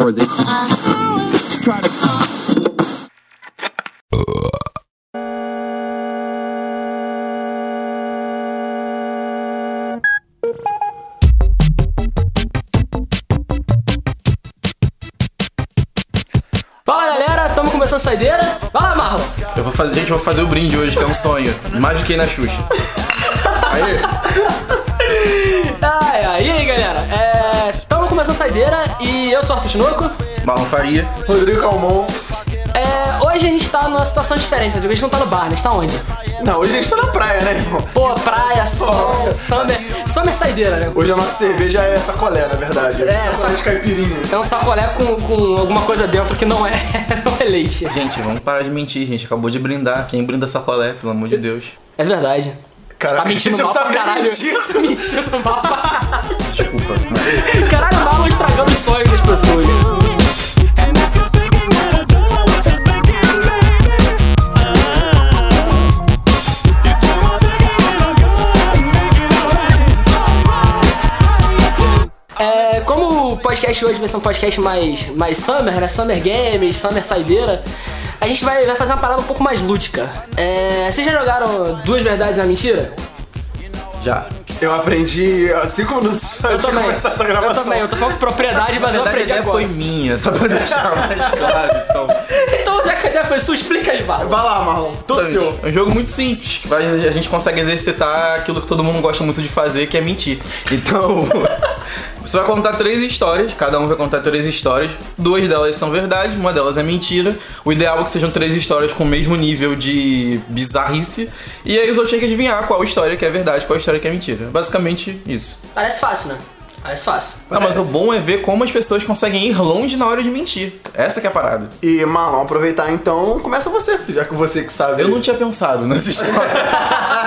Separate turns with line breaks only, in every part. or they try to
Fala galera, estamos começando a saideira. Vai lá, Marlon.
Eu vou fazer, gente, eu vou fazer o brinde hoje, que é um sonho. Mais do que ir na Xuxa. Aí,
Ai, ai, e aí galera, estamos começando a saideira e eu sou o Arthur Tinoco.
Marrom Faria.
Rodrigo Calmon.
É, hoje a gente tá numa situação diferente, Rodrigo. A gente não tá no bar, né? A gente tá onde?
Não, hoje a gente tá na praia, né, irmão?
Pô, praia, sol, summer, summer saideira, né?
Hoje a nossa cerveja é sacolé, na verdade.
É,
sacolé
sac-
de caipirinha.
É um sacolé com, com alguma coisa dentro que não é, não é leite.
Gente, vamos parar de mentir, gente. Acabou de brindar. Quem brinda sacolé, pelo amor de Deus.
É verdade.
Caraca,
Tá mentindo
a gente
mal
não
pra
sabe nem
caralho.
mentir.
Tá mentindo mal pra caralho.
Desculpa.
Caralho, o Marlon estragando os sonhos das pessoas.
And I keep thinking that I don't know what you're thinking, baby. You do my thinking, and I'm gonna make it alright, alright.
É, como o podcast hoje vai ser um podcast mais, mais summer, né? Summer Games, Summer Saideira. A gente vai, vai fazer uma parada um pouco mais lúdica. É, vocês já jogaram Duas Verdades e uma Mentira?
Já.
Eu aprendi há cinco minutos antes de começar essa
eu
gravação.
também, eu tô falando com propriedade, mas eu
Na
aprendi
verdade, a ideia
agora.
foi minha, só pra deixar mais claro. Então,
Então, já que a ideia foi sua, explica aí, Barba.
Vai lá, Marlon.
Tá
Tudo seu.
é um jogo muito simples. que vai- A gente consegue exercitar aquilo que todo mundo gosta muito de fazer, que é mentir. Então... Você vai contar três histórias, cada um vai contar três histórias. Duas delas são verdade, uma delas é mentira. O ideal é que sejam três histórias com o mesmo nível de bizarrice. E aí os outros têm que adivinhar qual história que é verdade, qual história que é mentira. Basicamente isso.
Parece fácil, né? Parece fácil.
Não, mas o
Parece.
bom é ver como as pessoas conseguem ir longe na hora de mentir. Essa que é a parada.
E, Marlon, aproveitar então, começa você, já que você que sabe.
Eu não tinha pensado nessa história.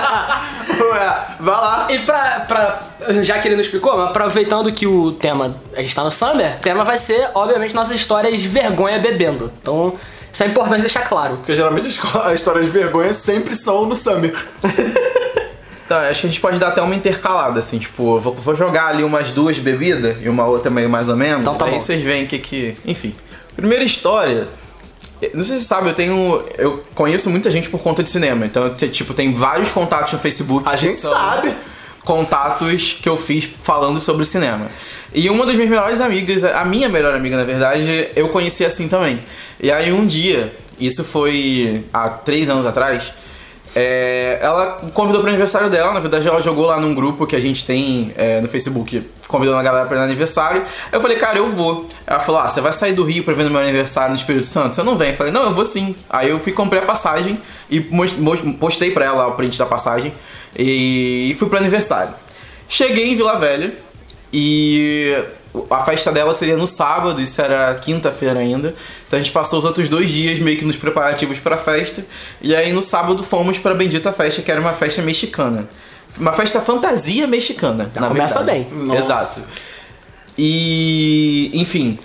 Ué, vai lá.
E pra, pra- Já que ele não explicou, mas aproveitando que o tema. A gente tá no Summer, o tema vai ser, obviamente, nossas histórias de vergonha bebendo. Então, isso é importante deixar claro.
Porque geralmente as esco- as histórias de vergonha sempre são no Summer.
É
Tá, acho que a gente pode dar até uma intercalada, assim, tipo, eu vou, vou jogar ali umas duas bebidas e uma outra meio mais ou menos.
Então tá
aí
bom.
vocês veem o que que. Enfim. Primeira história. eh, Não sei se você sabe, eu tenho. Eu conheço muita gente por conta de cinema. Então, eu te- tipo, tem vários contatos no Facebook.
A
que
gente
são
sabe.
Contatos que eu fiz falando sobre cinema. E uma das minhas melhores amigas, a minha melhor amiga, na verdade, eu conheci assim também. E aí um dia, isso foi há três anos atrás, é, ela convidou pro aniversário dela, na verdade ela jogou lá num grupo que a gente tem é, no Facebook, convidando a galera pra ir no aniversário. Aí Eu falei, cara, eu vou. Ela falou, ah, você vai sair do Rio pra ver no meu aniversário no Espírito Santo? Você não vem? Eu falei, não, eu vou sim. Aí eu fui, comprei a passagem e mos- mos- postei pra ela o print da passagem e, e fui pro aniversário. Cheguei em Vila Velha, e a festa dela seria no sábado, isso era quinta-feira ainda. Então a gente passou os outros dois dias meio que nos preparativos pra festa. E aí no sábado fomos pra bendita festa, que era uma festa mexicana. Uma festa fantasia mexicana, na
começa
verdade.
bem.
Nossa.
Exato. E, enfim.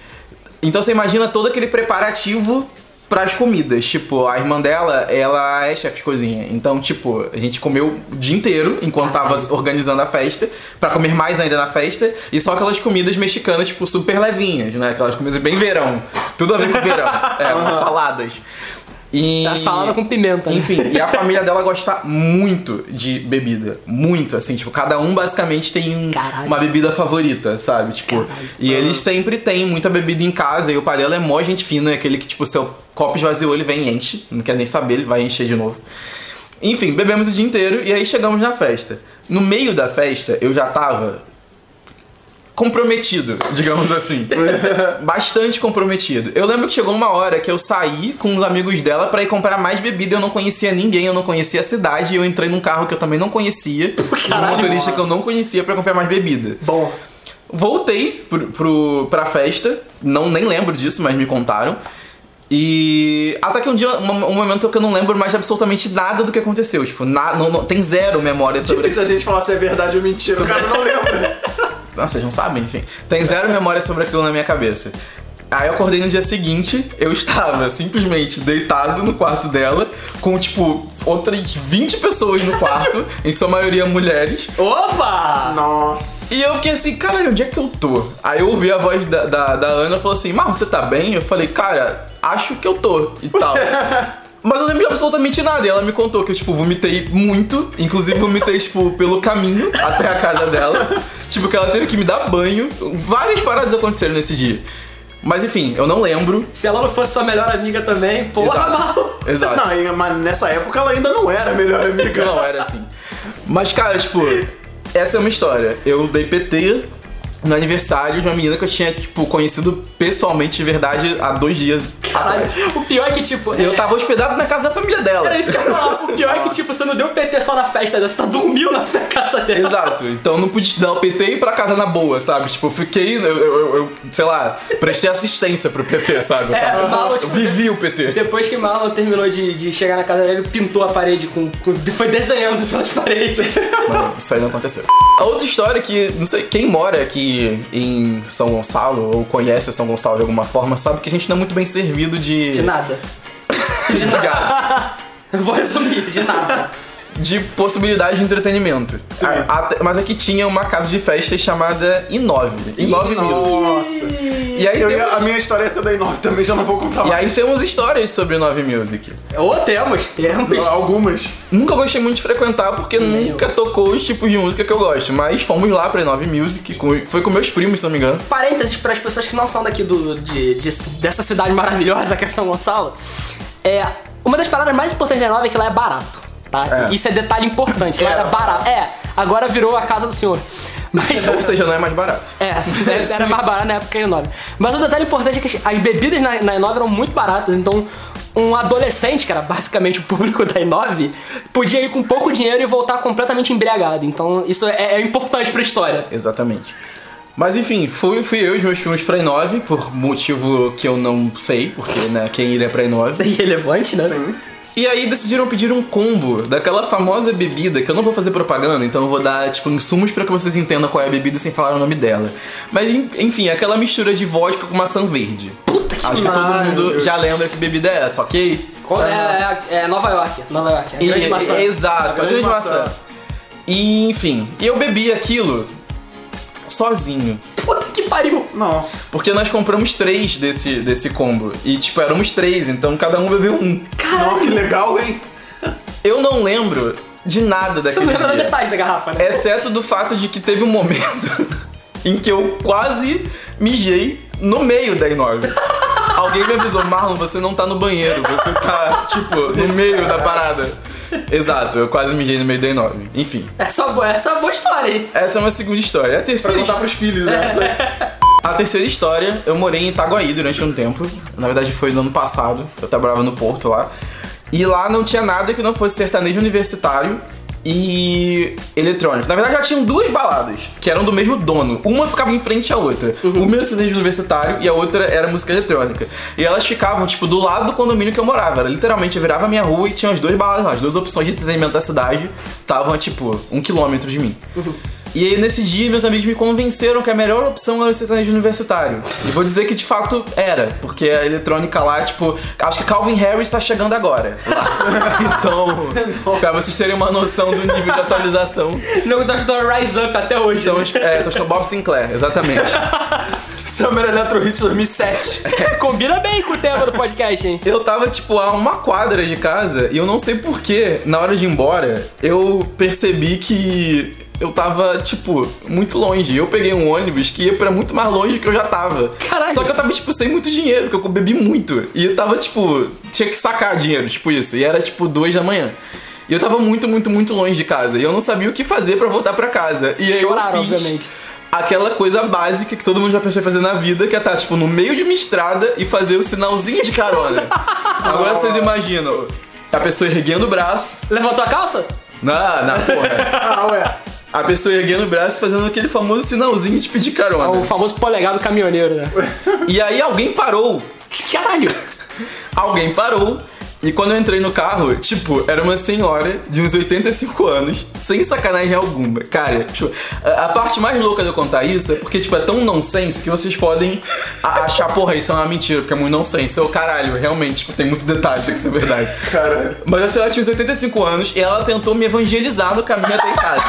Então você imagina todo aquele preparativo pras comidas. Tipo, a irmã dela, ela é chefe de cozinha. Então, tipo, a gente comeu o dia inteiro enquanto tava organizando a festa, pra comer mais ainda na festa, e só aquelas comidas mexicanas, tipo, super levinhas, né? Aquelas comidas bem verão. Tudo a ver com verão. É, umas saladas. E...
A salada com pimenta, né?
Enfim, e a família dela gosta muito de bebida. Muito, assim, tipo, cada um basicamente tem um-
Caralho.
uma bebida favorita, sabe? Tipo, e eles sempre têm muita bebida em casa. E o pai dela é mó gente fina, é aquele que, tipo, seu copo esvaziou, ele vem e enche. Não quer nem saber, ele vai encher de novo. Enfim, bebemos o dia inteiro e aí chegamos na festa. No meio da festa, eu já tava comprometido, digamos assim. Bastante comprometido. Eu lembro que chegou uma hora que eu saí com os amigos dela pra ir comprar mais bebida. Eu não conhecia ninguém, eu não conhecia a cidade. E eu entrei num carro que eu também não conhecia. de um motorista que eu não conhecia pra comprar mais bebida.
Bom,
Voltei pro, pro, pra festa, não, nem lembro disso, mas me contaram. E até que um dia, um, um momento que eu não lembro mais absolutamente nada do que aconteceu. Tipo, na, não, não- tem zero memória sobre
difícil a gente falar se é verdade ou mentira. O cara não lembra.
Nossa, vocês não sabem, enfim. Tem zero memória sobre aquilo na minha cabeça. Aí eu acordei no dia seguinte, eu estava simplesmente deitado no quarto dela, com tipo outras 20 pessoas no quarto, em sua maioria mulheres.
Opa!
Nossa.
E eu fiquei assim, caralho, onde é que eu tô? Aí eu ouvi a voz da, da, da Ana e falou assim, Marlon, você tá bem? Eu falei, cara, acho que eu tô e tal. Mas eu não lembro de absolutamente nada. E ela me contou que eu, tipo, vomitei muito. Inclusive, vomitei, tipo, pelo caminho até a casa dela. Tipo, que ela teve que me dar banho. Várias paradas aconteceram nesse dia. Mas enfim, eu não lembro.
Se ela não fosse sua melhor amiga também, porra,
Exato.
mal.
Exato.
Não, e- mas nessa época ela ainda não era a melhor amiga.
Não, era assim. Mas, cara, tipo, essa é uma história. Eu dei PT no aniversário de uma menina que eu tinha, tipo, conhecido pessoalmente de verdade há dois dias.
Caralho.
atrás.
O pior é que, tipo.
Eu
é-
tava hospedado na casa da família dela.
Era isso que eu ia falar. O pior é que, tipo, você não deu PT só na festa dela, você tá dormindo na fe- casa dela.
Exato, então eu não pude dar o PT e ir pra casa na boa, sabe? Tipo, eu fiquei, eu, eu- eu- eu, sei lá, prestei assistência pro PT, sabe? Eu
É,
tava-
mal, tipo,
eu vivi o PT.
Depois que Marlon terminou de, de chegar na casa dele, ele pintou a parede com. com- foi desenhando pelas paredes.
Mano, isso aí não aconteceu. A outra história é que, não sei, quem mora aqui em São Gonçalo ou conhece São Gonçalo de alguma forma, sabe que a gente não é muito bem servido de.
De nada.
de lugar,
Eu Vou resumir, de nada.
de possibilidade de entretenimento.
Sim.
A- até- mas aqui tinha uma casa de festas chamada Inove. Inove Music.
Nossa.
E aí,
Eu
tem- um-
ia- a minha história é essa daí nova também, já não vou contar
e
mais.
aí temos histórias sobre Inove Music.
Ou temos, temos.
Algumas.
Nunca gostei muito de frequentar porque
Nem
nunca tocou os tipos de música que eu gosto. Mas fomos lá pra Inove Music, com- foi com meus primos, se não me engano.
Parênteses para as pessoas que não são daqui do, de- de- dessa cidade maravilhosa que é São Gonçalo. É, uma das paradas mais importantes da Nova é que lá é barato. Tá?
É.
Isso é detalhe importante, lá era barato. É, agora virou a casa do senhor. Mas.
Ou seja, não é mais barato.
É, era mais barato na época que era 9. Mas um detalhe importante é que as- as bebidas na, na E9 eram muito baratas, então um adolescente, que era basicamente o público da E9, podia ir com pouco dinheiro e voltar completamente embriagado. Então isso é, é importante pra história.
Exatamente. Mas enfim, fui, fui eu e os meus primos pra Inove, por motivo que eu não sei, porque, né, quem iria pra Inove.
Irrelevante, né? Sim.
E aí decidiram pedir um combo daquela famosa bebida, que eu não vou fazer propaganda, então eu vou dar, tipo, insumos pra que vocês entendam qual é a bebida sem falar o nome dela. Mas, en- enfim, é aquela mistura de vodka com maçã verde.
Puta que
Acho que todo
Ai, meu
mundo
Deus.
já lembra que bebida é essa, ok?
Qual- É, é- é Nova York, Nova York. é A
E-
grande maçã.
Exato, a grande, maçã. E, enfim, e eu bebi aquilo sozinho.
Puta que pariu!
Nossa.
Porque nós compramos três desse, desse combo. E, tipo, éramos três, então cada um bebeu um.
Não, que legal, hein?
Eu não lembro de nada
Você
daquele
não lembra da
dia.
metade da garrafa, né?
Exceto do fato de que teve um momento em que eu quase mijei no meio da enorme. Alguém me avisou, Marlon, você não tá no banheiro, você tá, tipo, no meio da parada. Exato, eu quase mijei no meio da enorme. Enfim,
Essa, é uma boa- essa é uma boa história, hein?
essa é uma segunda história. A
Pra
terceira,
contar pros filhos né? essa.
a terceira história, eu morei em Itaguaí durante um tempo. Na verdade, foi no ano passado. Eu trabalhava no Porto lá. E lá não tinha nada que não fosse sertanejo universitário e eletrônico. Na verdade, já tinham duas baladas, que eram do mesmo dono. Uma ficava em frente à outra. Uma era sertanejo universitário e a outra era música eletrônica. E elas ficavam, tipo, do lado do condomínio que eu morava. Era literalmente, eu virava a minha rua e tinha as duas baladas lá. As duas opções de entretenimento da cidade estavam, a, tipo, um quilômetro de mim. E aí, nesse dia, meus amigos me convenceram que a melhor opção era o sertanejo universitário. E vou dizer que de fato era, porque a eletrônica lá, tipo, acho que Calvin Harris tá chegando agora. Então, pra vocês terem uma noção do nível de atualização.
Não Dr. Rise Up até hoje. né?
Então, é, tô achando Bob Sinclair, exatamente.
Summer Electro Hits 2007.
Combina bem com o tema do podcast, hein?
Eu tava, tipo, a uma quadra de casa e eu não sei porquê, na hora de ir embora, eu percebi que eu tava, tipo, muito longe. Eu peguei um ônibus que ia pra muito mais longe do que eu já tava.
Caralho.
Só que eu tava, tipo, sem muito dinheiro, porque eu bebi muito. E eu tava, tipo, tinha que sacar dinheiro, tipo isso. E era, tipo, duas da manhã. E eu tava muito, muito, muito longe de casa. E eu não sabia o que fazer pra voltar pra casa. E aí
Choraram,
eu fiz
obviamente.
aquela coisa básica que todo mundo já pensou em fazer na vida, que é estar, tipo, no meio de uma estrada e fazer o sinalzinho de carona. Agora vocês imaginam a pessoa erguendo o braço.
Levantou a calça?
Na, na porra.
Ah, ué.
A pessoa erguendo o braço e fazendo aquele famoso sinalzinho de pedir carona.
É O famoso polegar do caminhoneiro, né?
E aí alguém parou.
Caralho!
Alguém parou. E quando eu entrei no carro, tipo, era uma senhora de uns 85 anos, sem sacanagem alguma. Cara, tipo, a, a parte mais louca de eu contar isso é porque, tipo, é tão nonsense que vocês podem a- achar, porra, isso é uma mentira, porque é muito nonsense. Eu, caralho, realmente, tipo, tem muito detalhe que isso é verdade.
Caralho.
Mas a senhora tinha uns 85 anos e ela tentou me evangelizar no caminho até em casa.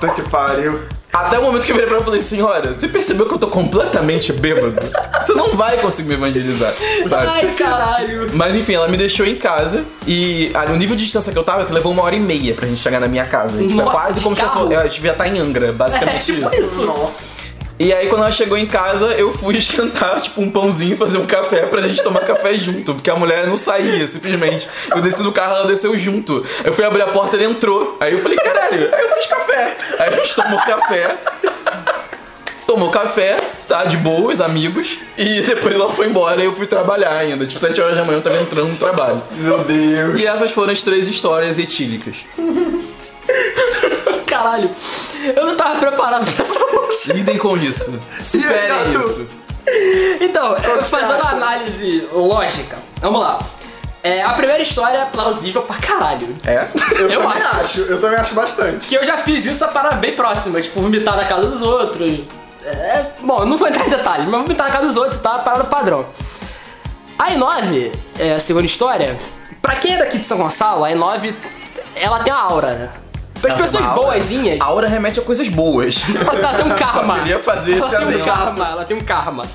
Puta tá que pariu.
Até o momento que eu virei pra ela e falei, senhora, você percebeu que eu tô completamente bêbado? Você não vai conseguir me evangelizar, sabe?
Ai, caralho.
Mas enfim, ela me deixou em casa e ah, o nível de distância que eu tava, que levou uma hora e meia pra gente chegar na minha casa. Tipo, é
Nossa,
quase
de
como se
carro?
fosse. Eu devia estar em Angra, basicamente
É tipo
isso.
isso.
Nossa.
E aí quando ela chegou em casa, eu fui esquentar, tipo, um pãozinho, fazer um café pra gente tomar café junto. Porque a mulher não saía, simplesmente. Eu desci do carro, ela desceu junto. Eu fui abrir a porta, ele entrou. Aí eu falei, caralho, aí eu fiz café. Aí a gente tomou café. Tomou café, tá de boas, amigos. E depois ela foi embora e eu fui trabalhar ainda. Tipo, 7 horas da manhã eu tava entrando no trabalho.
Meu Deus.
E essas foram as três histórias etílicas.
Caralho. Eu não tava preparado pra essa noite.
Lidem com isso. Superem
Renato?
isso.
Então, eu-
que você
fazendo uma
acha?
análise lógica, vamos lá. É, a primeira história é plausível pra caralho.
É?
Eu,
eu
também
acho.
acho. Eu também acho bastante.
Que eu já fiz isso a parada bem próxima, tipo, vomitar na casa dos outros. É, bom, eu não vou entrar em detalhes, mas vomitar na casa dos outros, tá? Parada padrão. A E9, é a segunda história, pra quem é daqui de São Gonçalo, a E9, ela tem a aura, né? As pessoas
Uma aura.
boazinhas,
A aura remete a coisas boas.
ela tem um karma.
queria fazer
ela
esse
tem um
adendo.
karma, ela tem um karma.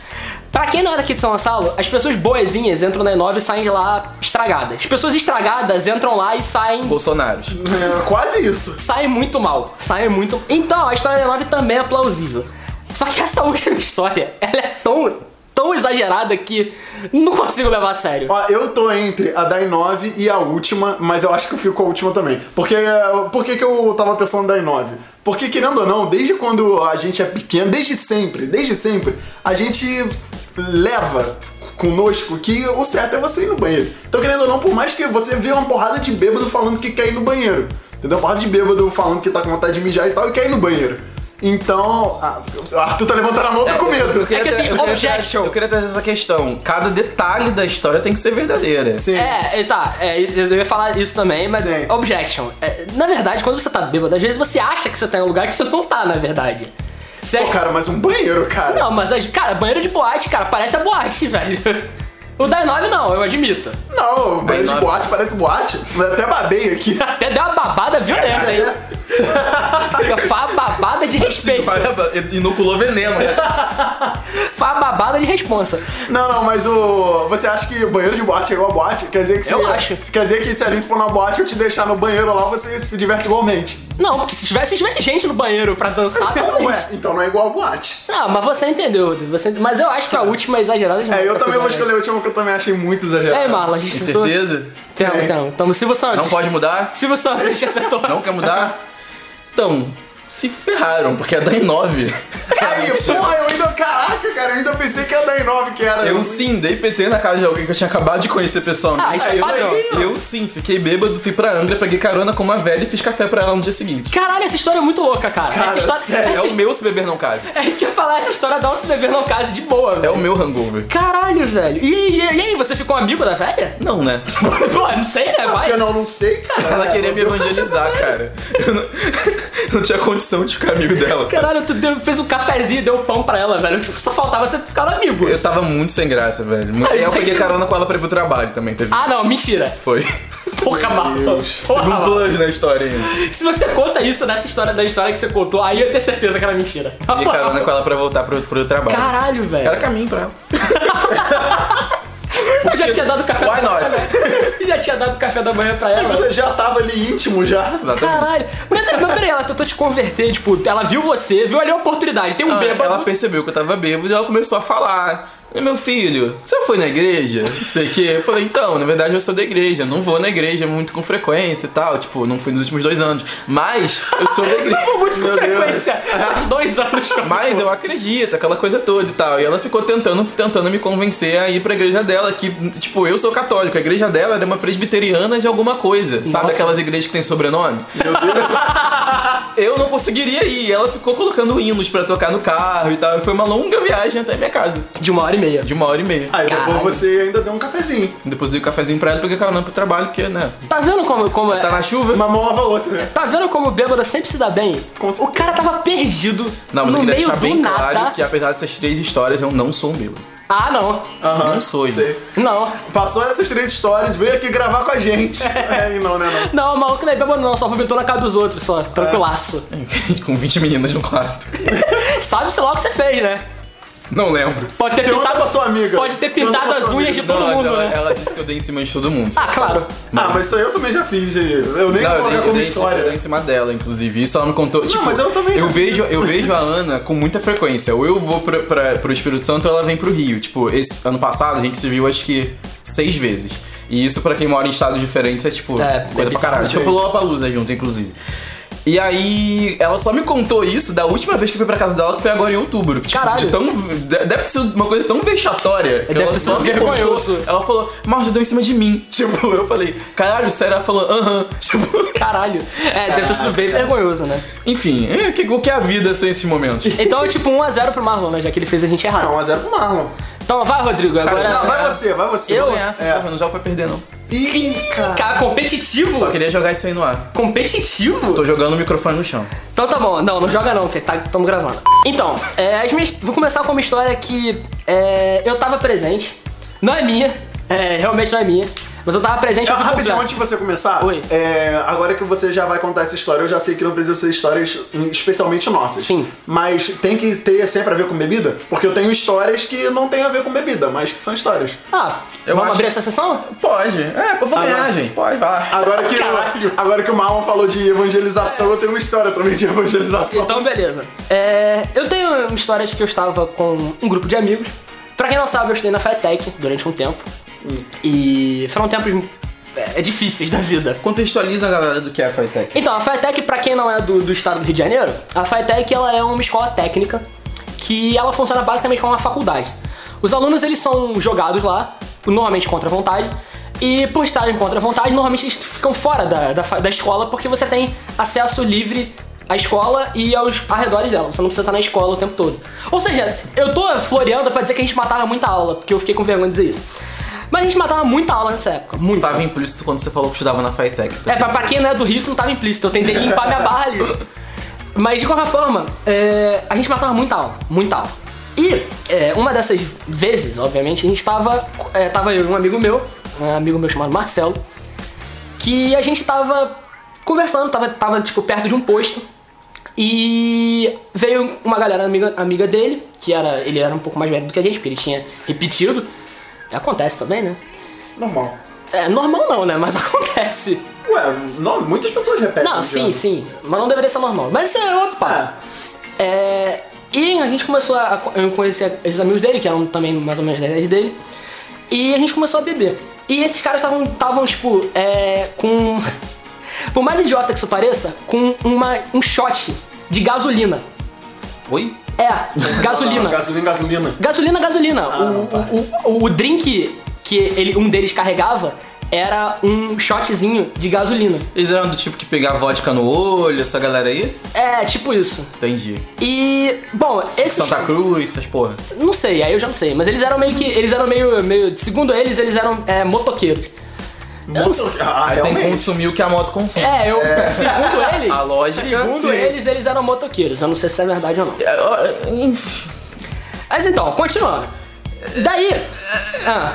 Pra quem não é daqui de São Gonçalo, as pessoas boazinhas entram na E9 e saem de lá estragadas. As pessoas estragadas entram lá e saem
Bolsonaro.
É, quase isso.
sai muito mal. Sai muito. Então, a história da 9 também é plausível. Só que essa última história, ela é tão, tão exagerada que não consigo levar a sério.
Ó, eu tô entre a da I9 e a última, mas eu acho que eu fico com a última também. Porque eh, por que, que eu tava pensando da I9? Porque, querendo ou não, desde quando a gente é pequeno, desde sempre, desde sempre, a gente leva conosco que o certo é você ir no banheiro. Então, querendo ou não, por mais que você vê uma porrada de bêbado falando que quer ir no banheiro. Entendeu? Uma porrada de bêbado falando que tá com vontade de mijar e tal e quer ir no banheiro. Então, ah, o Arthur tá levantando a mão, eu tô com medo.
É que assim,
eu queria trazer-
objection.
Eu queria trazer essa questão. Cada detalhe da história tem que ser verdadeira.
Sim.
É, e tá, é, eu ia falar isso também, mas
Sim.
objection. É, na verdade, quando você tá bêbado, às vezes você acha que você tá em um lugar que você não tá, na verdade. Você é
Pô,
acha-
cara, mas um banheiro, cara.
Não, mas, as- cara, banheiro de boate, cara, parece a boate, velho. O da 9 não, eu admito.
Não, banheiro
Aí
de
nós-
boate parece um boate. Eu até babei aqui.
Até deu uma babada violenta, hein? Foi uma babada de respeito.
Caramba, Inoculou veneno, né?
Foi uma babada de responsa.
Não, não, mas o. Você acha que banheiro de boate é igual a boate? Quer dizer que se,
Eu acho.
Quer dizer que se a gente for na boate eu te deixar no banheiro lá, você se diverte igualmente.
Não, porque se tivesse, se tivesse gente no banheiro pra dançar, talvez.
Ué, então não é igual a boate.
Não, mas você entendeu. Você, mas eu acho que a última é exagerada demais.
É, eu
pra
também
ser
vou
verdade.
escolher o último que eu também achei muito exagerado.
É, Marlon, a gente
Tem certeza?
Então, então, então, Silvio Santos.
Não pode mudar?
Silvio Santos, a gente acertou.
Não quer mudar? Então, se ferraram, porque é da I9. É,
Aí, porra, eu ainda. Caraca, cara, eu ainda pensei que era da I9 que era.
Eu sim dei PT na casa de alguém que eu tinha acabado de conhecer pessoalmente.
Ah, isso é,
É, isso
padrão.
aí.
Eu sim, fiquei bêbado, fui pra Angra, peguei carona com uma velha e fiz café pra ela no dia seguinte.
Caralho, essa história é muito louca, cara.
Cara,
essa história.
sério,
essa
É o
his-
meu se beber não case.
é isso que eu ia falar, essa história dá um se beber não case de boa,
É
velho.
o meu hangover.
Caralho, velho. E, e- e aí, você ficou amigo da velha?
Não, né?
Pô, não sei, né? Vai.
Porque não, não sei, cara.
Ela queria me evangelizar, cara. Eu não, não tinha condição de ficar amigo dela. sabe?
Caralho, tu deu- fez um cafezinho, deu pão pra ela, velho. Tipo, Só faltava você ficar amigo.
Eu tava muito sem graça, velho. Muito- Aí eu peguei carona com ela pra ir pro trabalho também, teve.
Ah, não, mentira.
Foi.
Porra, Marlon.
Deus.
Porra,
Um
Marlon.
plus na história ainda.
Se você conta isso nessa história da história que você contou, aí eu tenho certeza que era mentira.
Peguei carona com ela pra voltar pro, pro trabalho.
Caralho,
Era
velho.
caminho pra ela.
Eu já tinha dado café
Why
da
not?
Eu já tinha dado café da manhã pra ela.
Você já tava ali íntimo já.
Exatamente.
Caralho. Mas, é, mas peraí, ela tentou te converter, tipo, ela viu você, viu ali a oportunidade, tem um bêbado.
Ah, Ela percebeu que eu tava bêbado e ela começou a falar. "E, Meu filho, você foi na igreja? Não sei o quê. Eu falei, então, na verdade eu sou da igreja. Não vou na igreja muito com frequência e tal. Tipo, não fui nos últimos dois anos. Mas eu sou da igreja.
Foi muito com
Meu Deus.
frequência. Faz dois anos que eu-
Mas eu acredito, aquela coisa toda e tal. E ela ficou tentando, tentando me convencer a ir pra igreja dela, que, tipo, eu sou católico, a igreja dela era uma presbiteriana de alguma coisa. Sabe
Nossa.
aquelas igrejas que tem sobrenome? eu não conseguiria ir. Ela ficou colocando hinos pra tocar no carro e tal. E foi uma longa viagem até minha casa,
De uma hora e meia.
de uma hora e meia.
Aí
Caralho.
depois você ainda deu um cafezinho.
Depois dei um cafezinho pra ela, peguei carona pro trabalho, porque, né,
Tá vendo como, como é?
tá na chuva.
Uma mão lava a outra, né?
Tá vendo como o bêbado sempre se dá bem?
Com certeza.
O cara tava perdido
Não, mas
no
eu queria
meio
deixar
do
bem
nada.
claro que apesar dessas três histórias, eu não sou um bêbado.
Ah, não.
Aham,
Não sou eu.
sei.
Não.
Passou essas três histórias, veio aqui gravar com a gente. Aí não, né, não.
É, Não, o maluco não é bêbado não, só vomitou na cara dos outros,
É.
só. Tranquilaço.
Com 20 meninas no quarto.
Sabe-se lá o que você fez, né?
Não lembro.
Pode ter
Pergunta
pintado...
pra sua amiga.
Pode ter
Pergunta
pintado
pra
as
sua
unhas
amiga.
de todo
Não, mas
mundo,
ela,
né?
ela disse que eu dei em cima de todo mundo.
Ah, claro.
Ah, mas isso aí eu também já fiz. e Eu nem
Não,
vou
eu dei-
colocar
eu dei em
como
cima- eu dei
né?
história. né?
em cima dela, inclusive. Isso ela me contou. tipo,
mas eu também já fiz
vejo,
isso.
eu vejo a Ana com muita frequência. Ou eu vou pra, pra, pro Espírito Santo ou ela vem pro Rio. Tipo, esse ano passado a gente se viu acho que seis vezes. E isso pra quem mora em estados diferentes é tipo
É, é
coisa pra
bizarro,
caralho. Tipo,
sim.
Lollapalooza junto, inclusive. E aí, ela só me contou isso da última vez que eu fui pra casa dela, que foi agora em outubro. Tipo,
Caralho.
de tão, de- deve ter sido uma coisa tão vexatória. Que
Deve
ela
ter
só
sido
me contou.
vergonhoso.
Ela falou, Marge deu em cima de mim. Tipo, eu falei, caralho, sério? Ela falou, aham. Tipo,
Caralho. É, deve ter sido bem vergonhoso, né?
enfim, é, o que, o que é a vida sem esses momentos?
Então é tipo 1x0 pro Marlon, né? Já que ele fez a gente errar.
Não, 1x0 pro Marlon.
Então vai, Rodrigo, agora.
Não, vai você, vai você.
Eu?
Vou ganhar essa
É.
porra, não jogo pra perder, não.
Ih, cara.
Cara, competitivo?
Só queria jogar isso aí no ar.
Competitivo?
Tô jogando o microfone no chão.
Então tá bom, não, não joga não, que tá, tamo gravando. Então, é, as minhas- vou começar com uma história que é, eu tava presente. Não é minha, é, realmente não é minha, mas eu tava presente.
Ah,
eu vi
Rapidinho,
completo.
antes de você começar,
Oi.
é, agora que você já vai contar essa história, eu já sei que não precisa ser histórias especialmente nossas.
Sim.
Mas tem que ter sempre a ver com bebida? Porque eu tenho histórias que não tem a ver com bebida, mas que são histórias.
Ah,
Eu
vamos
acho-
abrir essa sessão?
Pode. É, eu vou
Ah,
ganhar,
não.
gente. Pode, vai lá.
Agora que,
Caralho.
agora que o Marlon falou de evangelização, eu tenho uma história também de evangelização.
Então, beleza. É, eu tenho uma história de que eu estava com um grupo de amigos. Pra quem não sabe, eu estudei na FETEC durante um tempo. E foram tempos é, difíceis da vida.
Contextualiza a galera do que é a Fightech.
Então, a FATEC, pra quem não é do, do estado do Rio de Janeiro, a FATEC ela é uma escola técnica que ela funciona basicamente como uma faculdade. Os alunos eles são jogados lá, normalmente contra a vontade, e por estarem contra a vontade, normalmente eles ficam fora da, da, fa- da escola porque você tem acesso livre à escola e aos arredores dela. Você não precisa estar na escola o tempo todo. Ou seja, eu tô floreando pra dizer que a gente matava muita aula, porque eu fiquei com vergonha de dizer isso. Mas a gente matava muita aula nessa época.
Muito.
Muita.
Tava implícito quando você falou que estudava na Fightech.
É, pra, pra quem não é do Rio, isso não tava implícito. Eu tentei limpar minha barra ali. Mas de qualquer forma, é, a gente matava muita aula, muita aula. E é, uma dessas vezes, obviamente, a gente tava. É, tava eu e um amigo meu, um amigo meu chamado Marcelo, que a gente tava conversando, tava, tava tipo perto de um posto. E veio uma galera amiga, amiga dele, que era. Ele era um pouco mais velho do que a gente, porque ele tinha repetido. Acontece também, né?
Normal.
É normal não, né? Mas acontece.
Ué, não, muitas pessoas repetem.
Não,
no
sim,
dia.
sim. Mas não deveria ser normal. Mas isso é outro papo. É, e a gente começou a. a- Eu conheci esses amigos dele, que eram também mais ou menos da idade dele. E a gente começou a beber. E esses caras estavam, estavam tipo, é, com. Por mais idiota que isso pareça, com uma, um shot de gasolina.
Oi?
É,
Ah,
gasolina.
Gasolina, gasolina.
Gasolina, gasolina.
Ah, não, para.
o, o, o, o drink que ele, um deles carregava era um shotzinho de gasolina.
Eles eram do tipo que pegar vodka no olho, essa galera aí?
É, tipo isso.
Entendi.
E, bom, esses.
Santa Cruz, essas porra.
Não sei, aí eu já não sei, mas eles eram meio que. Eles eram meio. meio segundo eles, eles eram é, motoqueiros. Eu não sei.
Moto- Ah,
Aí tem que
realmente.
consumir É o que a moto consome.
É, eu. Segundo eles.
A lógica,
Segundo
sim.
eles, eles eram motoqueiros. Eu não sei se é verdade ou não.
É, ó, enfim.
Mas então, continuando. Daí. Ah,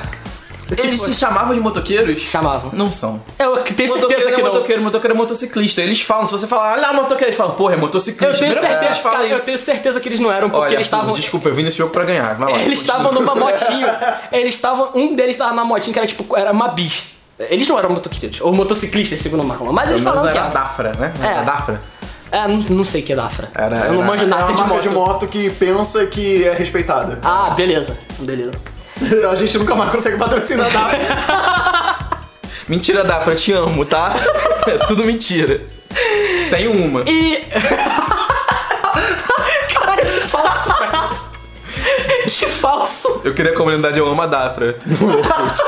Eles se chamavam de motoqueiros?
chamavam.
Não são.
Eu tenho certeza que
Motoqueiro é
não.
motoqueiro, motoqueiro é motociclista. Eles falam, se você falar, ah, não, motoqueiro, eles falam, porra, é motociclista.
Eu tenho
Primeira vez que
certeza.
eles falam
Cara, eu
isso.
tenho certeza que eles não eram, porque
Olha,
eles estavam.
Arthur, desculpa, eu vim nesse jogo pra ganhar. Vai lá.
Eles estavam numa motinho. Eles estavam. Um deles estava numa motinha que era tipo. Era uma bis. Eles não eram motoqueiros, ou motociclistas, segundo o Marlon. Mas eles
Pelo menos
falaram
não
que
era a
era.
Dafra, né?
É.
A Dafra.
É, não, não sei o que é Dafra.
Era-
eu não
era-
manjo
É
nada
uma
de,
marca
moto.
de moto que pensa que é respeitada.
Ah, beleza. Beleza.
A gente nunca mais consegue patrocinar nada.
Mentira, Dafra, te amo, tá? é tudo mentira. Tem uma.
E. Caralho, que falso, velho. Que falso.
Eu queria a comunidade Eu Amo a Dafra. No Orkut.